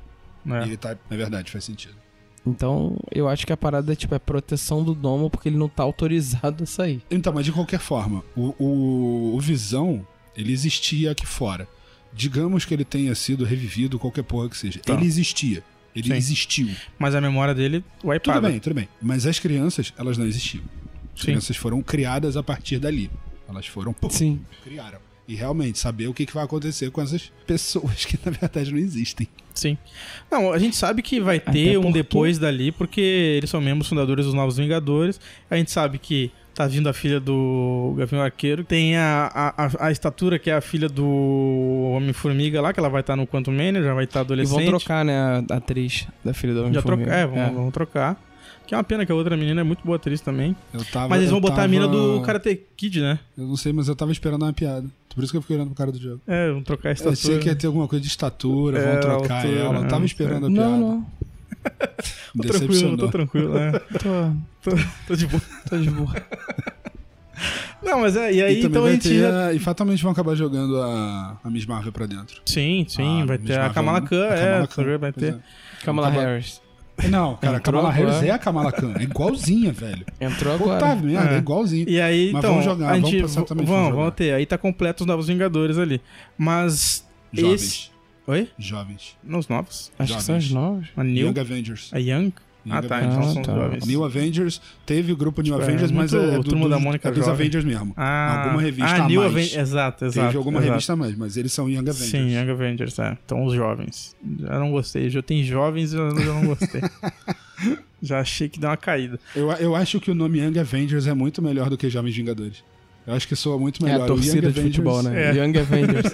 É.
E ele tá. Na verdade, faz sentido.
Então, eu acho que a parada tipo, é proteção do domo, porque ele não tá autorizado a sair.
Então, mas de qualquer forma, o, o- o Visão, ele existia aqui fora. Digamos que ele tenha sido revivido, qualquer porra que seja.
Tá.
Ele existia. Ele
Sim.
existiu.
Mas a memória dele,
Tudo
wipada.
bem, tudo bem. Mas as crianças, elas não existiam. As
Sim.
crianças foram criadas a partir dali. Elas foram, pô,
Sim.
criaram. E realmente, saber o que, que vai acontecer com essas pessoas que, na verdade, não existem.
Sim. Não, a gente sabe que vai
Até
ter um
porque-
depois dali, porque eles são membros fundadores dos Novos Vingadores. A gente sabe que tá vindo a filha do Gavião Arqueiro. Tem a, a, a- a estatura, que é a filha do Homem-Formiga lá, que ela vai estar no Quantum Mania, já vai estar
E
adolescente.
vão trocar, né, a atriz da filha do
Já
Homem-Formiga.
troca... É, vão, vão trocar. Que é uma pena que a outra menina é muito boa atriz também.
Eu tava,
Mas eles vão
eu
botar a
tava-
mina do Karate Kid, né?
Eu não sei, mas eu tava esperando uma piada. Por isso que eu fiquei olhando pro cara do Diogo.
É, vão trocar a
Eu
estatura.
sei que ia ter alguma coisa de estatura,
É,
vão trocar
altura,
ela. Eu
é,
tava esperando a piada.
Não, não.
Tô tá tranquilo, tô tranquilo, né?
Tô,
Tô de boa.
tô de boa.
Não, mas é, e
E,
aí
também
então a
vai
gente
ter
já
a- e fatalmente vão acabar jogando a, a Miss Marvel pra dentro.
Sim, sim,
Ah,
vai
Miss
ter a
Marvel,
Kamala
né?
Khan,
A
é,
Kamala Khan,
vai
pois
ter. né?
Kamala
Acabou.
Harris.
é. Não, cara, a
Entrou
Kamala
agora.
Harris é a Kamala Khan. É igualzinha, velho.
Entrou
Puta
agora.
merda, é,
É.
igualzinha.
E aí,
Mas
então,
vamos jogar,
a
vamos
gente
passar também,
vamos,
vamos
vamos
jogar.
ter, aí tá completo os Novos Vingadores ali. Mas
Jovens.
esse- oi?
Jovens.
Nos novos?
Acho que são
Jovens.
os novos.
A New,
Young Avengers.
a Young?
Young
Ah, tá,
Avengers.
então são
Ah,
os
tá.
jovens.
New Avengers teve o grupo New
Tipo, é
Avengers, mas
muito
é
o
do,
Turma
do,
da Mônica
é dos
jovem.
Avengers mesmo.
Ah,
alguma revista
ah,
a
New
mais.
Aven- exato,
teve
exato.
alguma
exato.
revista a mais, mas eles são Young Avengers.
Sim, Young Avengers, é. Então os jovens. Já não gostei. Já tem jovens eu já não gostei. já achei que deu uma caída.
Eu, eu acho que o nome Young Avengers é muito melhor do que Jovens Vingadores. Eu acho que soa muito
É
melhor.
a
O
torcida
Young
de
Avengers-
futebol, né?
É.
Young Avengers.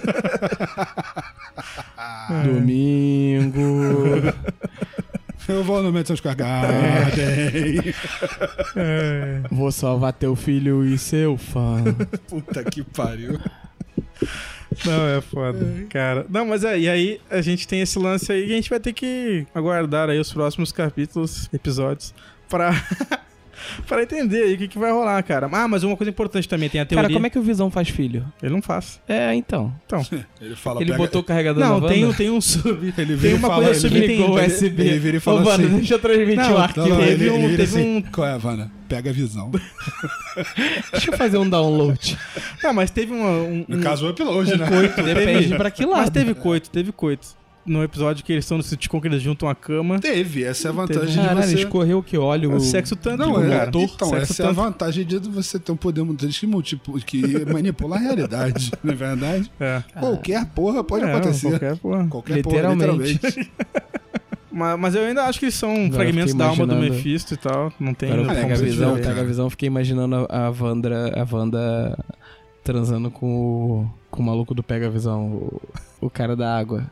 É. Domingo.
Eu vou no Madison Square Garden.
É.
Vou salvar teu filho e seu fã.
Puta que pariu.
Não, é foda, cara. Não, mas é, e aí a gente tem esse lance aí e a gente vai ter que aguardar aí os próximos capítulos, episódios, pra, pra entender aí o que, que vai rolar, cara. Ah, mas uma coisa importante também, tem a teoria.
Cara, como é que o Visão faz filho?
Ele não faz.
É, então.
Ele fala,
Ele
pega-
botou o carregador na
Não,
Wanda?
tem, tem um sub.
Ele
Tem
vira
uma
e fala,
coisa
ele-
sobre-
Ligou o
ele-
USB.
ele vira e
Ô,
fala
Wanda,
assim.
deixa eu transmitir
Não,
o
Não,
arquivo.
não,
teve
ele, ele
um-
vira
teve
assim,
um-
Qual é, Havana? Pega a visão.
Deixa eu fazer um download.
Não, mas teve uma, um.
No
um-
caso, o upload, né?
coito.
Depende
Teve,
pra que lado.
mas teve coito, teve coito. No episódio que eles estão no sitcom que eles juntam a cama.
Teve, essa é a vantagem de
Caralho,
você...
escorreu que óleo.
É sexo tântrico,
Não, é,
cara.
então,
sexo
essa é a
tântrico.
vantagem de você ter um poder mutante que, multipla, que manipula a realidade, não é verdade?
É.
Qualquer porra pode
É,
acontecer.
Qualquer porra.
Qualquer
Literalmente.
porra, literalmente.
Mas, mas eu ainda acho que eles são
eu
fragmentos
fiquei
da alma do
imaginando.
Mephisto e tal. Não tem
Agora eu
ainda
pego
como
a
se
visão,
tiver.
pego a visão, fiquei imaginando a, a Wanda, a Wanda transando com o, com o maluco do Pega a Visão, o, o cara da água.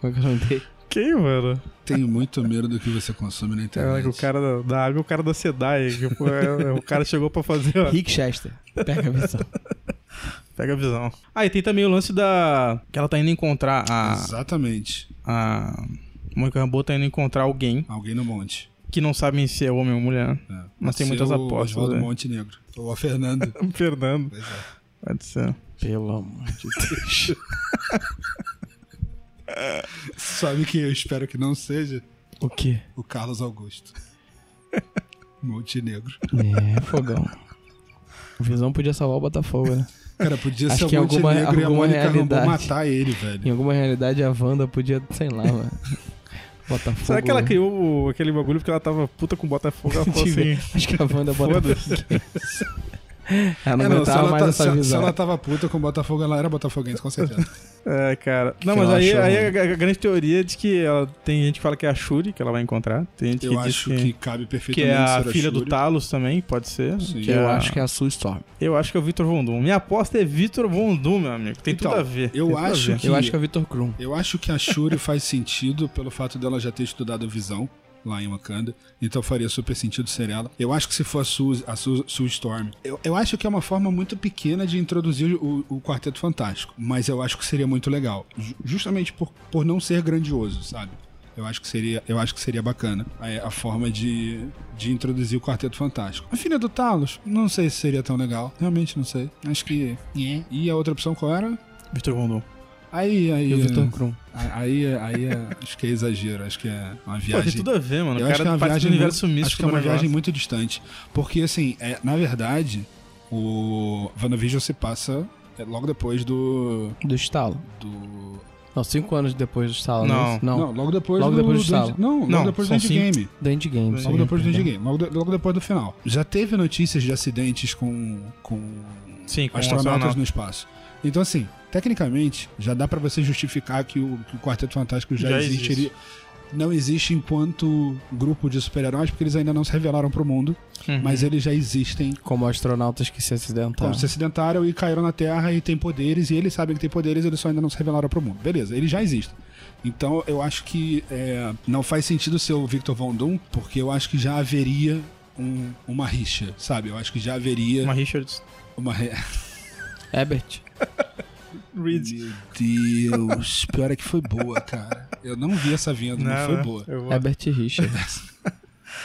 Como é que eu nome dele?
Que, mano?
Tenho muito medo do que você consome na internet.
Caraca, um o cara da, da água e o cara da SEDAI. que, pô, é- o cara chegou pra fazer. ó,
Rick Chester. Pega a Visão.
pega a visão. Ah, e tem também o lance da. Que ela tá indo encontrar a.
Exatamente.
A. Mônica Rambeau tá indo encontrar alguém
Alguém no monte.
que não sabem se é homem ou mulher.
É.
Mas tem
Pode
muitas
ser o
apostas,
Oswaldo
né?
Monte Negro. Ou a Fernando.
Fernando.
Pois é.
Pode ser.
Pelo amor de Deus.
Sabe quem eu espero que não seja?
O quê?
O Carlos Augusto. Monte Negro.
É, fogão. O Visão podia salvar o Botafogo, né?
Cara, podia
Acho
ser
que
o
em
Monte
alguma-
Negro e a
alguma
Mônica Rambeau
realidade.
matar ele,
Em
velho.
alguma realidade, a Wanda podia, sei lá, mano. Botafogo.
Será que ela criou o- aquele bagulho porque ela tava puta com o Botafogo? Ela falou assim.
Acho que a Wanda é
Foda-se.
Botafogo. Ela não
É, se
aguentava
ela,
mais
tá- se-
essa
se
visão.
ela tava puta com o Botafogo, ela era botafoguense, com certeza.
É, cara. Não,
que
mas
ela
aí,
achou,
aí
mano?
a, a grande teoria é de que ela, tem gente que fala que é a Shuri que ela vai encontrar. Tem gente
Eu
que diz
acho
que,
que cabe
que
perfeitamente
é a
ser
filha do
Shuri.
Talos também, pode ser.
Sim.
Que
Eu
é a-
acho que é a Sue Storm.
Eu acho que é o Victor Von Doom. Minha aposta é Victor Von Doom, meu amigo. Tem
Então,
tudo a ver.
eu
Tem tudo a
acho
ver.
que-
Eu acho que é o Victor Krum.
Eu acho que a Shuri faz sentido pelo fato dela já ter estudado a visão lá em Wakanda, então faria super sentido ser ela. Eu acho que se for a Sue, a Sue, Sue Storm, eu, eu acho que é uma forma muito pequena de introduzir o, o Quarteto Fantástico, mas eu acho que seria muito legal, ju- justamente por, por não ser grandioso, sabe? Eu acho que seria, eu acho que seria bacana é, a, forma de, de introduzir o Quarteto Fantástico. A filha do Talos, não sei se seria tão legal, realmente não sei. Acho que E a outra opção qual era?
Victor Von Doom.
Aí, aí.
E o Victor
é-
Krum.
a- Aí, é- aí é- acho que é exagero, acho que é uma
Pô,
viagem.
tem tudo a ver, mano.
Eu
O
acho que é
cara
uma
parte do
viagem
universo né,
muito, acho
místico
que é uma
do
viagem
negócio.
muito distante. Porque, assim, é, na verdade, o WandaVision se passa é, logo depois do.
Do estalo.
do-
Não, cinco anos depois do estalo,
Não.
né? Não.
Não, logo depois
Logo
do.
depois do
do
estalo.
não, logo
Não,
depois do
são cinco.
endgame.
Do Endgame.
Logo
sim,
depois do
perdão.
endgame, logo, de- logo depois do final. Já teve notícias de acidentes com. com
Sim, com
astronautas
astronauta.
no espaço. Então, assim, tecnicamente, já dá pra você justificar que o, que o Quarteto Fantástico já,
Já existe.
existiria. Não existe enquanto grupo de super-heróis, porque eles ainda não se revelaram pro mundo,
Uhum.
né?
Tá.
mas eles já existem
Como astronautas que se acidentaram.
como se acidentaram e caíram na Terra e têm poderes, e eles sabem que têm poderes, eles só ainda não se revelaram pro mundo. Beleza, eles já existem. Então eu acho que é, não faz sentido ser o Victor Von Doom, porque eu acho que já haveria um- uma rixa, sabe? Eu acho que já haveria
Uma Richards
uma, re-
Ebert.
Reed.
Meu Deus, pior é que foi boa, cara. Eu não vi essa venda, não, foi boa.
né? eu vou-
Ebert e Richard.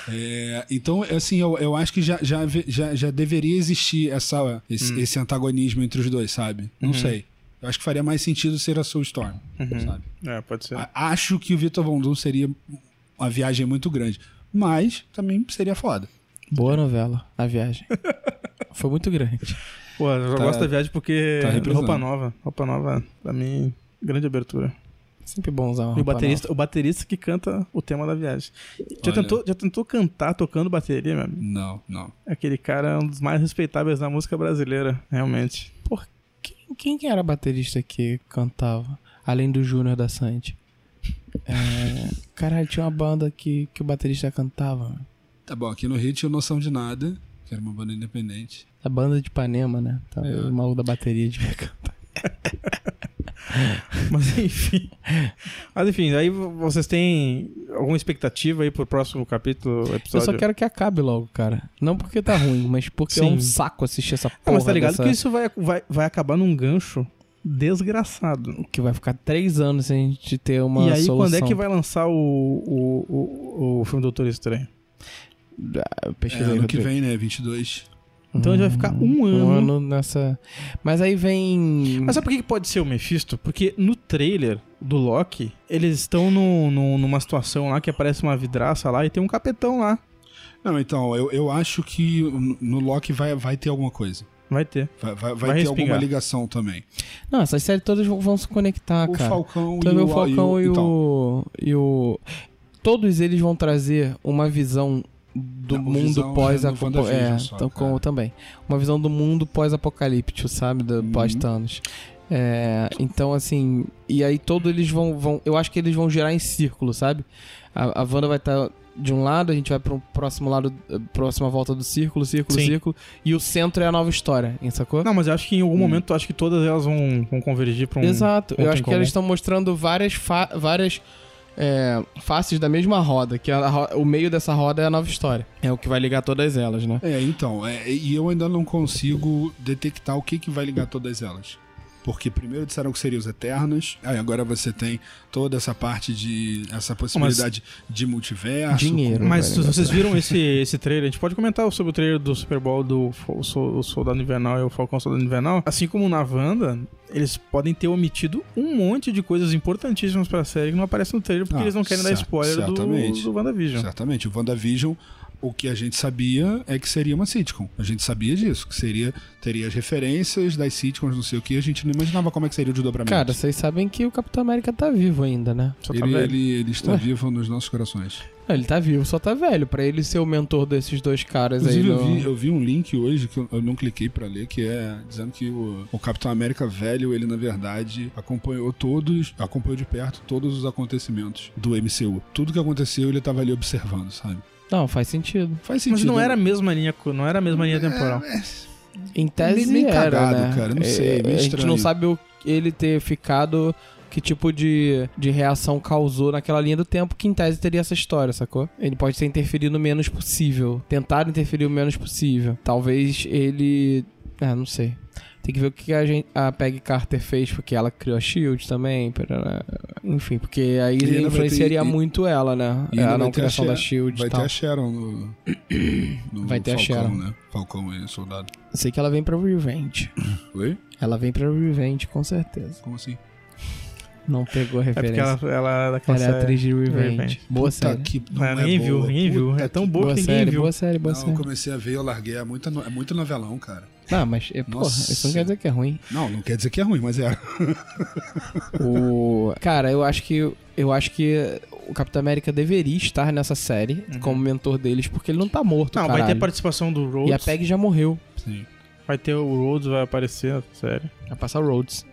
É, então, assim, eu, eu acho que já, já, ve- já, já deveria existir essa, esse, esse antagonismo entre os dois, sabe? Não sei. Eu acho que faria mais sentido ser a Soul Storm, sabe?
É, pode ser.
A- Acho que o Vitor Von Doom seria uma viagem muito grande. Mas também seria foda.
Boa novela. A viagem. Foi muito grande.
Pô, eu
Tá-
gosto da viagem porque
tá
é roupa
reprisando.
nova. Roupa nova, pra mim, grande abertura.
Sempre bom usar uma
E o
roupa
baterista, o baterista que canta o tema da viagem. Já
Olha.
tentou, já tentou cantar tocando bateria, meu amigo?
Não, não.
Aquele cara é um dos mais respeitáveis da música brasileira, realmente.
Por quem, quem que era baterista que cantava? Além do Júnior da Sandy. É, caralho, tinha uma banda que, que o baterista cantava.
Tá bom, aqui no Rio tinha o Noção de Nada, que era uma banda independente.
A banda de Ipanema, né? Tá,
É.
O maluco da bateria devia cantar.
Mas enfim. Mas enfim, aí vocês têm alguma expectativa aí pro próximo capítulo, episódio?
Eu só quero que acabe logo, cara. Não porque tá ruim, mas porque é um
Sim.
saco assistir essa porra
Ah, mas tá ligado
dessa-
que isso vai, vai, vai acabar num gancho desgraçado.
que vai ficar três anos sem a gente ter uma
e aí,
solução.
quando é que vai lançar o, o, o, o filme Doutor Estranho?
Ah, eu
É,
pesquisei,
ano que
Rodrigo.
vem, né? 22.
Então já vai ficar um ano.
Um ano nessa... Mas aí vem...
Mas sabe por que que pode ser o Mephisto? Porque no trailer do Loki, eles estão no, no- numa situação lá que aparece uma vidraça lá e tem um capetão lá.
Não, então, eu, eu acho que no- no Loki vai, vai ter alguma coisa.
Vai ter.
Vai, vai- vai
Vai
ter
respingar.
alguma ligação também.
Não, essas séries todas vão, vão se conectar,
o
Ah, cara.
Falcão
Tu vai
e
ver
o,
o Falcão e o,
então,
e o- Todos eles vão trazer uma visão do
Não,
mundo
visão
pós
é no
apocalipse.
WandaVision
É,
só,
então,
cara. Uhum.
como também. Uma visão do mundo pós-apocalíptico, sabe? Do- Pós-Thanos. É, então, assim. E aí todos eles vão, vão. Eu acho que eles vão girar em círculo, sabe? A, a Wanda vai estar de um lado, a gente vai pro próximo lado, eh, próxima volta do círculo, círculo,
Sim.
círculo. E o centro é a nova história, hein, sacou?
Não, mas eu acho que em
Hum.
algum momento acho que todas elas vão, vão convergir pra um.
Exato.
ponto
Eu
em
acho que
comum.
eles estão mostrando várias, fa- várias é, faces da mesma roda, que a ro- o meio dessa roda é a nova história. É o que vai ligar todas elas, né?
É, então, é, e eu ainda não consigo detectar o que, que vai ligar todas elas. Porque primeiro disseram que seriam os Eternos, aí agora você tem toda essa parte de. essa possibilidade de multiverso.
Dinheiro.
Mas
Vai ligar
vocês viram esse, esse trailer? A gente pode comentar sobre o trailer do Super Bowl do Fo- o Sol- o Soldado Invernal e o Falcão Soldado Invernal. Assim como na Wanda, eles podem ter omitido um monte de coisas importantíssimas pra série que não aparecem no trailer porque
Ah,
eles não querem dar
cer-
spoiler do,
certamente.
do WandaVision.
Certamente. O WandaVision, o que a gente sabia é que seria uma sitcom. A gente sabia disso, que seria teria as referências das sitcoms, não sei o que. A gente não imaginava como é que seria o desdobramento.
Cara, vocês sabem que o Capitão América tá vivo ainda, né?
Só tá
ele,
velho.
ele, ele está
Ué.
vivo nos nossos corações.
Não, Ele tá vivo, só tá velho. Pra ele ser o mentor desses dois caras aí.
Inclusive, eu,
no-
vi, eu vi um link hoje que eu, eu não cliquei pra ler, que é dizendo que o, o Capitão América velho, ele na verdade acompanhou todos, acompanhou de perto todos os acontecimentos do MCU. Tudo que aconteceu, ele tava ali observando, sabe?
Não, faz sentido.
Faz sentido.
Mas não era a mesma linha, co- não era a mesma linha temporal.
É, é,
Em tese
meio
era,
cagado,
né?
cara, não sei, meio
a gente
estranho.
não sabe o ele ter ficado que tipo de, de reação causou naquela linha do tempo que em tese teria essa história, sacou? Ele pode ter interferido o menos possível, tentado interferir o menos possível. Talvez ele, ah, não sei. Tem que ver o que a, gente, a Peggy Carter fez, porque ela criou a Shield também. parará. Enfim, porque aí
E ainda vai
influenciaria
ter- e-
muito ela, né?
e ainda
a
vai
não
ter a
criação
She-
da Shield
Vai
e tal.
ter a Sharon no, no
Vai ter a
Falcão,
Sharon.
né? Falcão e soldado.
Sei que ela vem pra Revenge.
Oi?
Ela vem pra Revenge, com certeza.
Como assim?
Não pegou a
É porque
referência.
ela, ela é daquela
ela é
série.
atriz de Revenge.
Revenge.
Tá
Boa série.
aqui, não
Ah,
é
ninguém
boa.
viu, ninguém viu.
Puta
É tão
que-
boa
Boa
que ninguém
série,
viu.
boa série, boa
Não, eu
série.
comecei a ver, eu larguei. É muito, no- é muito novelão, cara.
Não, mas, é, porra,
Nossa.
isso não quer dizer que é ruim.
Não, não quer dizer que é ruim, mas é.
O... Cara, eu acho que. Eu acho que o Capitão América deveria estar nessa série como mentor deles, porque ele não tá morto,
Não, vai
caralho.
ter participação do
E a
Rhodes.
Peg já morreu.
Sim.
Vai ter o Rhodes, vai aparecer na série.
Vai passar o Rhodes.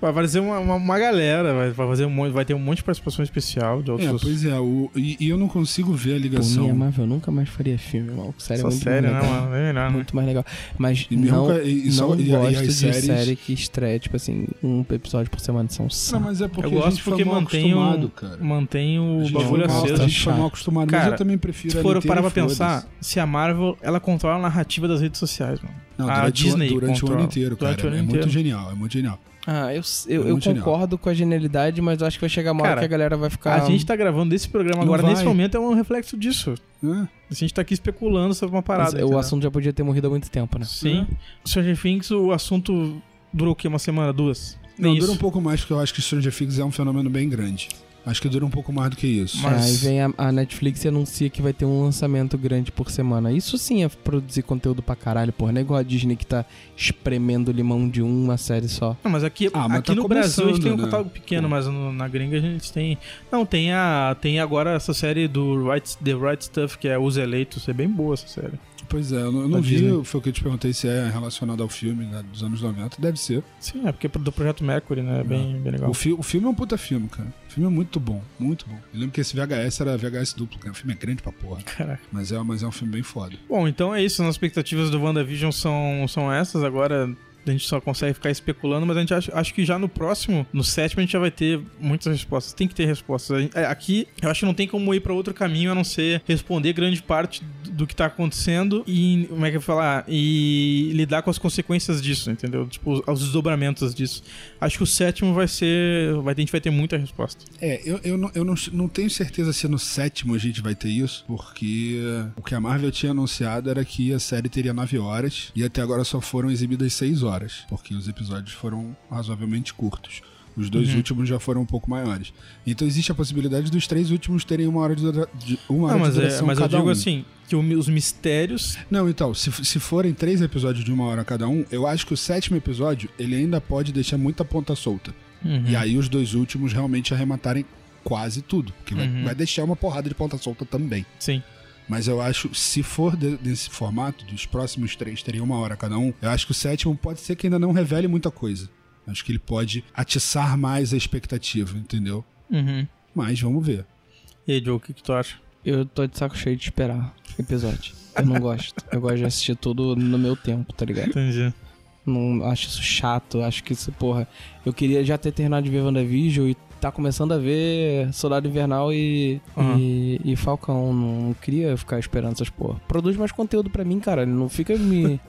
Vai aparecer uma, uma, uma galera, vai, vai fazer um monte, vai ter um monte de participação especial de
É,
outros.
pois é, o- e, e eu um- não consigo ver a
Por mim, a
ligação.
Marvel nunca mais faria filme, maluco. Série é
Essa
muito
série, né,
mais legal.
mano? É melhor, né?
Muito mais legal. Mas
E mesmo
não,
com a- e- e só-
não
e- e as
gosto de
séries-
série que estreia, tipo assim, um episódio por semana. São
Não,
saco.
mas é porque
Eu
a
gosto
gente
porque
foi mal
mantém
acostumado,
o,
cara.
mantém o
gente
bagulho
foi mal-
aceso.
A gente foi
Chato.
mal acostumado, mas
Cara,
eu também prefiro
Se
a
for
inteira
parar
e
pra
foda-se.
pensar, se a Marvel, ela controla a narrativa das redes sociais, mano.
Não,
a
durante, o-
Disney
durante o ano
controla.
inteiro, cara.
Durante o ano
é
inteiro.
muito genial, é muito genial.
Ah, eu, eu,
É
eu
muito genial.
concordo com a genialidade, mas eu acho que vai chegar uma hora
Cara,
que a galera vai ficar.
A gente tá gravando esse programa
Não
agora,
vai.
nesse momento, é um reflexo disso.
Hã?
A gente tá aqui especulando sobre uma parada.
Mas o
entendeu?
assunto já podia ter morrido há muito tempo, né?
né? Sim.
Uhum.
Stranger Things, o assunto durou o quê? Uma semana? Duas?
Não,
Nem
dura um
isso.
pouco mais, porque eu acho que Stranger Things é um fenômeno bem grande. Acho que dura um pouco mais do que isso.
Mas-
Aí vem a, a Netflix e anuncia que vai ter um lançamento grande por semana. Isso sim é produzir conteúdo pra caralho, porra. Não é igual a Disney que tá espremendo limão de uma série só.
Não, mas aqui,
Ah, mas
aqui
tá
no Brasil a gente tem um
começando, né?
catálogo pequeno, mas no- na gringa a gente tem. Não, tem a. Tem agora essa série do right, The Right Stuff, que é Os Eleitos. É bem boa essa série.
Pois é, eu não, eu não
Da
vi,
Disney.
foi o que eu te perguntei se é relacionado ao filme né, dos anos 90. Deve ser.
Sim, é porque é do projeto Mercury, né? É bem, bem legal.
O, fi- o filme é um puta filme, cara. O filme é muito bom, muito bom. Eu lembro que esse VHS era VHS duplo, cara. O filme é grande pra porra.
Caraca.
Mas é, mas é um filme bem foda.
Bom, então é isso. As expectativas do WandaVision são, são essas. Agora. A gente só consegue ficar especulando, mas a gente acha, acho que já no próximo, no sétimo, a gente já vai ter muitas respostas. Tem que ter respostas. A gente- é, Aqui, eu acho que não tem como ir pra outro caminho a não ser responder grande parte do- do que tá acontecendo e, como é que eu vou falar, e lidar com as consequências disso, entendeu? Tipo, os, os desdobramentos disso. Acho que o sétimo vai ser. Vai, a gente vai ter muita resposta.
É, eu, eu, não, eu não, não tenho certeza se no sétimo a gente vai ter isso, porque eh, o que a Marvel tinha anunciado era que a série teria nove horas, e até agora só foram exibidas seis horas, porque os episódios foram razoavelmente curtos. Os dois
Uhum.
últimos já foram um pouco maiores. Então existe a possibilidade dos três últimos terem uma hora de, dura- de- uma hora
Não, mas,
de
é-
duração
mas eu
cada
digo
um.
assim, que o mi- os mistérios
Não, então, se, se forem três episódios de uma hora cada um, eu acho que o sétimo episódio ele ainda pode deixar muita ponta solta. E aí os dois últimos realmente arrematarem quase tudo. Que vai, vai deixar uma porrada de ponta solta também.
Sim.
Mas eu acho, se for de- desse formato, dos próximos três teria uma hora cada um, eu acho que o sétimo pode ser que ainda não revele muita coisa. Acho que ele pode atiçar mais a expectativa, entendeu?
Uhum.
Mas vamos ver.
E aí, Joe, o que, que tu acha?
Eu tô de saco cheio de esperar episódio. Eu não gosto. Eu gosto de assistir tudo no meu tempo, tá ligado?
Entendi.
Não acho isso chato, acho que isso, porra. Eu queria já ter terminado de ver WandaVision e tá começando a ver Soldado Invernal e,
Aham.
e, e Falcão. Não queria ficar esperando essas porra. Produz mais conteúdo pra mim, cara. Não fica me,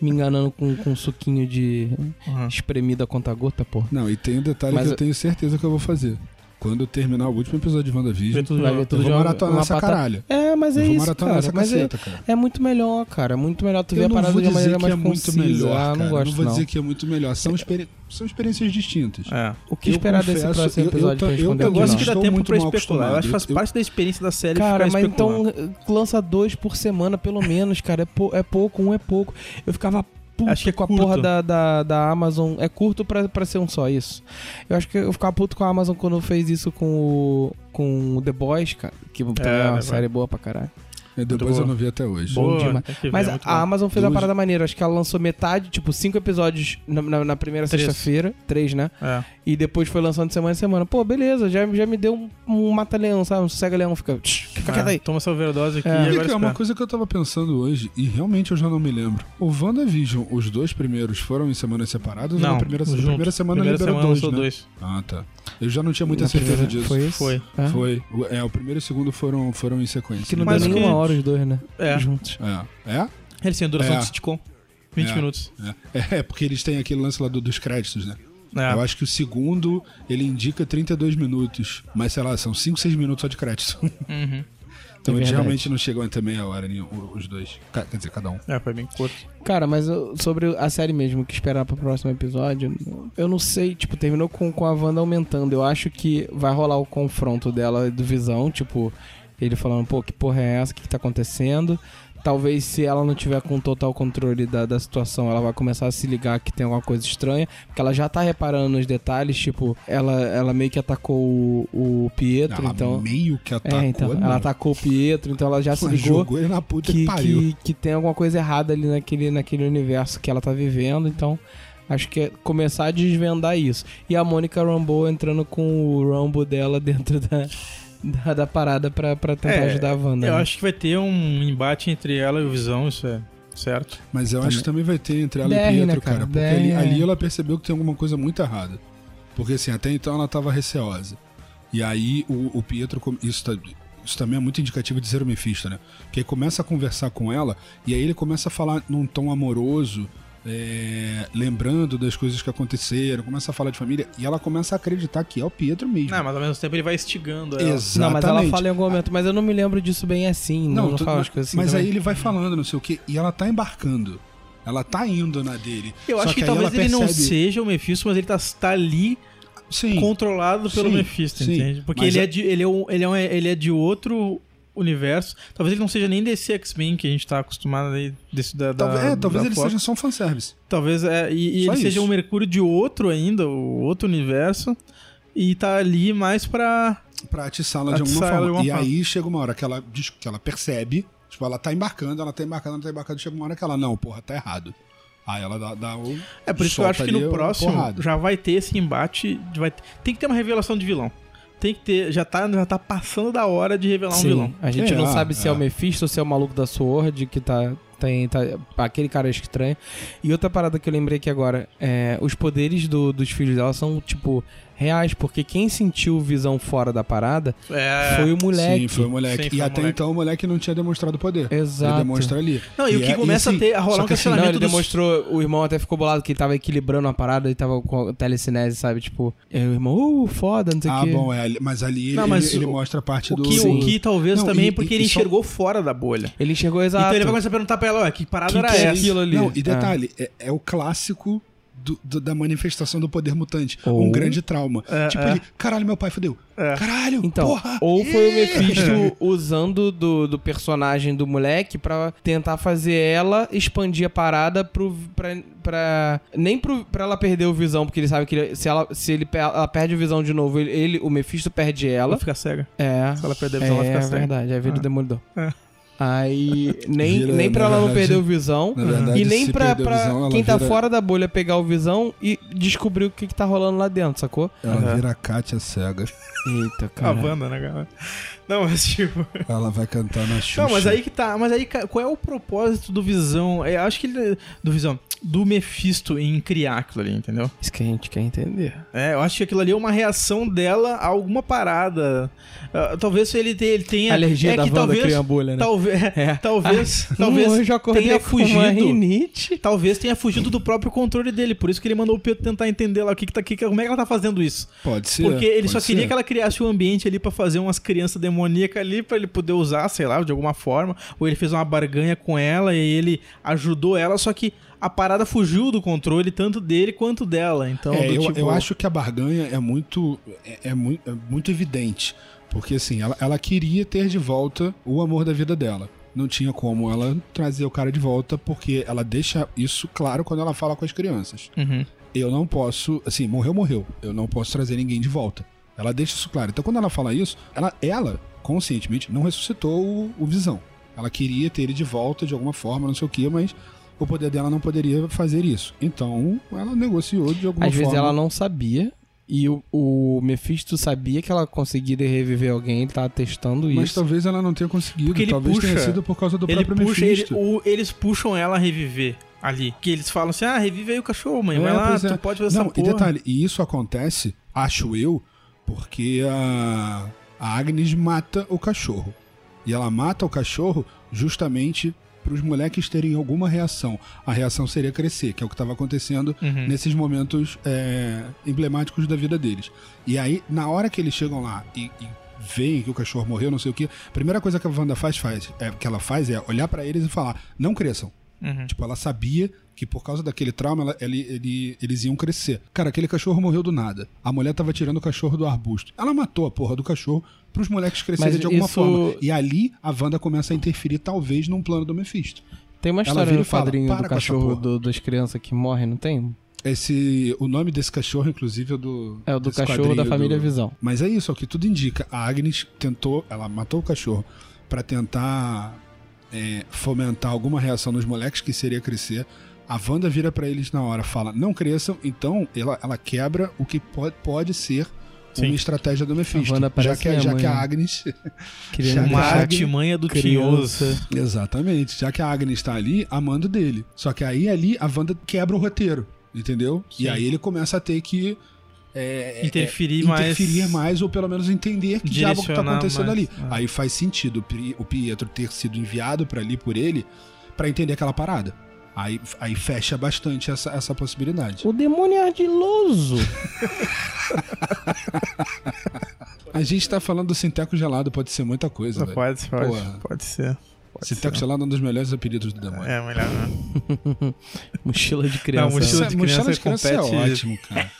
me enganando com, com suquinho de
Uhum.
espremida conta gota, porra.
Não, e tem um detalhe
Mas
que eu
eu-
tenho certeza que eu vou fazer. Quando eu terminar o último episódio de WandaVision,
tudo
Vai
de
ver
novo.
tudo
eu
de
vou
uma-
maratonar
uma
essa
patada.
caralho.
É, mas é
eu vou
isso,
maratonar
cara.
essa
mas é,
caceta, cara.
é muito melhor, cara. É muito melhor tu ver
Eu
a
não
parada
vou
de uma
dizer
maneira
que é
mais
muito
concisa.
melhor,
ah,
cara.
não gosto,
não vou
não.
dizer que é muito melhor. São, experi- são experiências distintas.
É.
O que
Eu
esperar desse
confesso,
próximo
eu- eu
episódio
tô-
pra
eu
responder
tô
Eu
aqui,
Entendi.
gosto
não?
que dá
Estou
tempo
muito
pra
mal
especular. Eu acho que faz
acostumado. Eu-
parte da experiência da série
Cara,
ficar
mas
especulando.
então eh, lança dois por semana, pelo menos, cara. É, pou- é pouco, um é pouco. Eu ficava puto
Acho que é
com a
curto.
porra da, da, da Amazon. É curto pra, pra ser um só, isso. Eu acho que eu ficava puto com a Amazon quando fez isso com o, com o The Boys, cara. Que também é,
The
uma
Boys.
série boa pra caralho.
E Né, depois
boa.
eu não vi até hoje.
Boa,
demais.
tem que ver,
Mas a,
é muito
a
bom.
Amazon fez uma
Duas-
parada maneira. Acho que ela lançou metade, tipo, cinco episódios na, na- na primeira
Três.
sexta-feira. Três, né?
É.
E depois foi lançando de semana em semana. Pô, beleza, já, já me deu um, um mata-leão, sabe? Um sossega-leão. Fica, fica
É,
quieto aí.
Toma essa overdose aqui
É.
e
Fica
agora
Fica, é uma
espera.
coisa que eu tava pensando hoje, e realmente eu já não me lembro. O WandaVision, os dois primeiros foram em semanas separadas? ou
Não,
na primeira,
junto.
na primeira semana
primeira
liberou
semana
dois,
lançou
né?
dois.
Ah, tá. Eu já não tinha muita
Na
certeza
primeira-
disso.
Foi isso?
Foi.
É?
Foi. O- É, o primeiro e o segundo foram, foram em sequência.
Que não
Mas
deu
que-
nenhuma hora os dois, né?
É.
Juntos.
É? É?
Eles têm a duração
É.
de sitcom. 20
É.
minutos.
É. É, porque eles têm aquele lance lá do- dos créditos, né?
É.
Eu acho que o segundo, ele indica 32 minutos. Mas, sei lá, são 5, 6 minutos só de crédito.
Uhum.
Então
É
eles
verdade.
realmente não chegam até meia hora, né, o- os dois. Ca- Quer dizer, cada um.
É, foi bem curto.
Cara, mas eu- sobre a série mesmo, o que esperar pro próximo episódio, eu não sei, tipo, terminou com, com a Wanda aumentando. Eu acho que vai rolar o confronto dela e do Visão, tipo, ele falando, pô, que porra é essa? O que, que tá acontecendo? Talvez se ela não tiver com total controle da, da situação, ela vai começar a se ligar que tem alguma coisa estranha. Porque ela já tá reparando nos detalhes, tipo, ela, ela meio que atacou o, o Pietro,
Ela
então.
meio que atacou.
é, então,
não.
ela atacou o Pietro, então ela já se
Mas
ligou
jogou ele na puta que,
que,
pariu.
que, que tem alguma coisa errada ali naquele, naquele universo que ela tá vivendo, então acho que é começar a desvendar isso. E a Mônica Rambeau entrando com o Rambo dela dentro da, da, da parada pra, pra tentar
É,
ajudar a Wanda.
Eu
né?
acho que vai ter um embate entre ela e o Visão, isso é certo.
Mas eu acho que também vai ter entre ela
DR,
e o Pietro,
né, cara?
cara. Porque
DR,
ali,
é.
ali ela percebeu que tem alguma coisa muito errada. Porque assim, até então ela tava receosa. E aí o, o Pietro. com- Isso, tá- isso também é muito indicativo de ser o Mephisto, né? Porque ele começa a conversar com ela e aí ele começa a falar num tom amoroso. é, lembrando das coisas que aconteceram, começa a falar de família e ela começa a acreditar que é o Pietro mesmo.
Não, mas ao mesmo tempo ele vai instigando ela.
Exatamente.
Não, mas ela fala em algum momento, mas eu não me lembro disso bem assim, não, não,
tu-
fala
mas,
as coisas assim.
mas
também.
aí ele vai falando, não sei o que, e ela tá embarcando. Ela tá indo na dele.
Eu
Só
acho que,
aí
talvez
ela
ele não
percebe-
seja o Mephisto, mas ele tá, tá ali
Sim.
controlado pelo
Sim,
Mephisto,
sim.
entende? Porque
Mas
ele é,
a-
de, ele, é um, ele, é um- ele é de outro universo. Talvez ele não seja nem desse X-Men que a gente tá acostumado aí, desse da, da
Talvez, é, talvez
da
ele
Fox.
seja só um fanservice.
Talvez, é, e, e ele
Só
seja
isso.
um Mercúrio de outro ainda, o outro universo, e tá ali mais pra...
Pra atiçá-la de alguma
Atiçar ela
forma.
de alguma
e
forma.
aí chega uma hora que ela, diz- que ela percebe, tipo, ela tá embarcando, ela tá embarcando, ela tá embarcando, chega uma hora que ela, não, porra, tá errado. Aí ela dá, dá o.
É por isso que eu
solta
acho que
ali
no
a
próximo
porrada.
já vai ter esse embate, vai ter- tem que ter uma revelação de vilão. Tem que ter, já tá, já tá passando da hora de revelar
Sim,
um vilão.
A gente
É,
não
ah,
sabe se é o
é.
Mephisto ou se é o maluco da Sword, que tá. Tem, tá- aquele cara estranho. E outra parada que eu lembrei aqui agora: é, os poderes do- dos filhos dela são, tipo, reais, porque quem sentiu visão fora da parada
É...
foi o moleque.
Sim, foi o moleque.
Sim, foi
e
o
até
moleque.
então o moleque não tinha demonstrado poder.
Exato.
Ele demonstra ali.
Não, e o que
é-
começa a ter- a rolar
só
um
que assim,
cancelamento
Não, ele
dos-
demonstrou. O irmão até ficou bolado que ele tava equilibrando a parada e tava com a telecinese, sabe? Tipo, é, o irmão, uh, foda, não sei o
Ah,
quê.
bom, é, ali- mas ali
Não,
ele,
mas
ele
o-
mostra a parte
O
do.
que,
Sim.
o que talvez
Não,
também é
e-
porque
e-
ele
e só-
enxergou fora da bolha.
Ele enxergou exato.
Então ele vai começar a perguntar pra ela, "Ué, que parada
Que
era
que é
essa?
aquilo ali?
Não, e
Ah.
detalhe, é, é o clássico do- do- da manifestação do poder mutante.
Ou-
Um grande trauma.
É,
tipo,
é.
ele, caralho, meu pai fudeu. Caralho,
Então,
porra.
ou foi o
um
ih!"
Mephisto usando do, do personagem do moleque pra tentar fazer ela expandir a parada pro, pra, pra- nem pro, pra ela perder o visão, porque ele sabe que ele- se, ela, se ele, pe- ela perde o visão de novo, ele, ele- o Mephisto perde
Ela
ela.
fica cega.
É,
Se ela perder a
é,
visão, ela fica cega.
verdade, Ah. é a vida do Demolidor.
É.
Aí, nem,
Vira,
nem pra
na
ela não
verdade-
perder o visão.
na verdade,
e nem
se
pra,
perder o
pra
visão, ela
quem tá
vira-
fora da bolha pegar o visão e descobrir o que, que tá rolando lá dentro, sacou? Ah,
Ela
Aham.
vira a Kátia cega.
Eita,
A
cara.
Wanda, né, cara? Não, mas tipo.
Ela vai cantar na Xuxa.
Não, mas aí que tá. Mas aí, ca- qual é o propósito do Visão? É, acho que ele. Do Visão. Do Mephisto em criar aquilo ali, entendeu?
Isso que a gente quer entender.
É, eu acho que aquilo ali é uma reação dela a alguma parada. Ah, talvez ele, te- ele tenha.
A alergia
é
da
que
Wanda
talvez,
cria bolha, né?
Talvez.
É.
Talvez.
Talvez
talvez
hoje eu acordei
tenha
com uma
fugido.
rinite.
Talvez tenha fugido do próprio controle dele. Por isso que ele mandou o Pedro tentar entender lá o que, que tá aqui, como é que ela tá fazendo isso.
Pode ser.
Porque ele
pode
só queria
ser.
que ela criasse um ambiente ali pra fazer umas crianças demoníacas ali pra ele poder usar, sei lá, de alguma forma. Ou ele fez uma barganha com ela e ele ajudou ela, só que a parada fugiu do controle tanto dele quanto dela. Então,
É,
do
eu,
tipo,
eu acho que a barganha é muito, é, é mui- é muito evidente. Porque assim, ela, ela queria ter de volta o amor da vida dela. Não tinha como ela trazer o cara de volta, porque ela deixa isso claro quando ela fala com as crianças.
Uhum.
Eu não posso, assim, morreu, morreu. Eu não posso trazer ninguém de volta. Ela deixa isso claro. Então quando ela fala isso, ela, ela conscientemente, não ressuscitou o, o Visão. Ela queria ter ele de volta de alguma forma, não sei o que, mas o poder dela não poderia fazer isso. Então ela negociou de alguma
Às
forma.
vezes ela não sabia. E o, o Mephisto sabia que ela conseguiria reviver alguém, ele tava testando
Mas
isso.
talvez ela não tenha conseguido.
Porque ele
talvez tenha
puxa-
sido por causa do
Ele
próprio
puxa, ele-
Mephisto.
o- eles puxam ela a reviver ali. Que eles falam assim: ah, revive aí o cachorro, mãe.
É,
Vai lá,
pois é.
tu pode fazer
não,
essa
e
porra.
detalhe, e isso acontece, acho eu, porque a, a Agnes mata o cachorro. E ela mata o cachorro justamente para os moleques terem alguma reação. A reação seria crescer, que é o que estava acontecendo
Uhum.
nesses momentos é, emblemáticos da vida deles. E aí, na hora que eles chegam lá e, e veem que o cachorro morreu, não sei o que, a primeira coisa que a Wanda faz, faz é, que ela faz é olhar para eles e falar: não cresçam.
Uhum.
Tipo, ela sabia que por causa daquele trauma, ela- ele- ele- eles iam crescer. Cara, aquele cachorro morreu do nada. A mulher tava tirando o cachorro do arbusto. Ela matou a porra do cachorro pros moleques crescerem
Mas
de alguma
isso-
forma. E ali, a Wanda começa a interferir, talvez, num plano do Mephisto.
Tem uma
Ela
história
vira
no
e fala,
quadrinho
"Para
do
com essa
cachorro
porra."
do- das crianças que morrem, não tem?
Esse, o nome desse cachorro, inclusive, é do...
É o do
desse
cachorro da
quadrinho
família
do-
Visão.
Mas é isso, é o que tudo indica. A Agnes tentou, ela matou o cachorro pra tentar é, fomentar alguma reação nos moleques que seria crescer. A Wanda vira pra eles na hora, fala: não cresçam, então ela, ela quebra o que pode, pode ser
Sim.
uma estratégia do Mephisto.
Wanda
já
parece
que,
minha
já
mãe,
que a
né?
Agnes.
Querendo
Uma
Uma
deixar
Chaga,
artimanha é do
criança.
Tinhoso.
Exatamente, já que a Agnes tá ali amando dele. Só que aí ali a Wanda quebra o roteiro, entendeu?
Sim.
E aí ele começa a ter que. é, é,
Interferir mais.
interferir mais ou pelo menos entender que diabo que tá
Direcionar
acontecendo
mais,
ali.
é.
Aí faz sentido o Pri- o Pietro ter sido enviado pra ali por ele pra entender aquela parada. Aí, aí fecha bastante essa, essa possibilidade.
O demônio é ardiloso.
A gente tá falando do Sinteco Gelado, pode ser muita coisa, velho.
Pode, pode,
Porra.
pode ser. Pode
Sinteco
ser.
Gelado é um dos melhores apelidos do demônio.
É, melhor não.
Mochila de criança.
Não, mochila- de
mochila de
criança
criança é
compete-
ótimo, cara.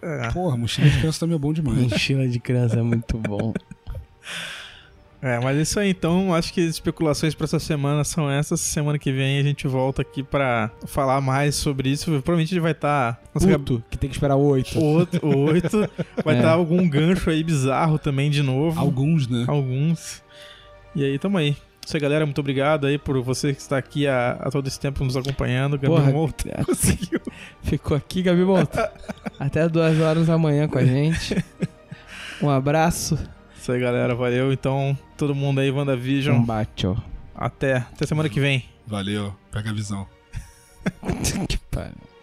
É. Porra, mochila de criança também é bom demais.
Mochila de criança é muito bom.
É, mas é isso aí então. Acho que as especulações pra essa semana são essas. Semana que vem a gente volta aqui pra falar mais sobre isso. Provavelmente a gente vai tá estar.
Puto, que tem que esperar oito.
Outro, oito. Vai
É.
estar algum gancho aí bizarro também de novo.
Alguns, né?
Alguns. E aí, tamo aí. Isso aí, galera. Muito obrigado aí por você que está aqui a, a todo esse tempo nos acompanhando.
Porra,
Gabriel Mouto conseguiu.
Ficou aqui, Gabi Monto. Até duas horas da manhã com a gente. Um abraço.
Isso aí, galera. Valeu. Então, todo mundo aí, WandaVision.
Um bate, ó.
Até. Até semana que vem.
Valeu, pega a visão.
Que pariu.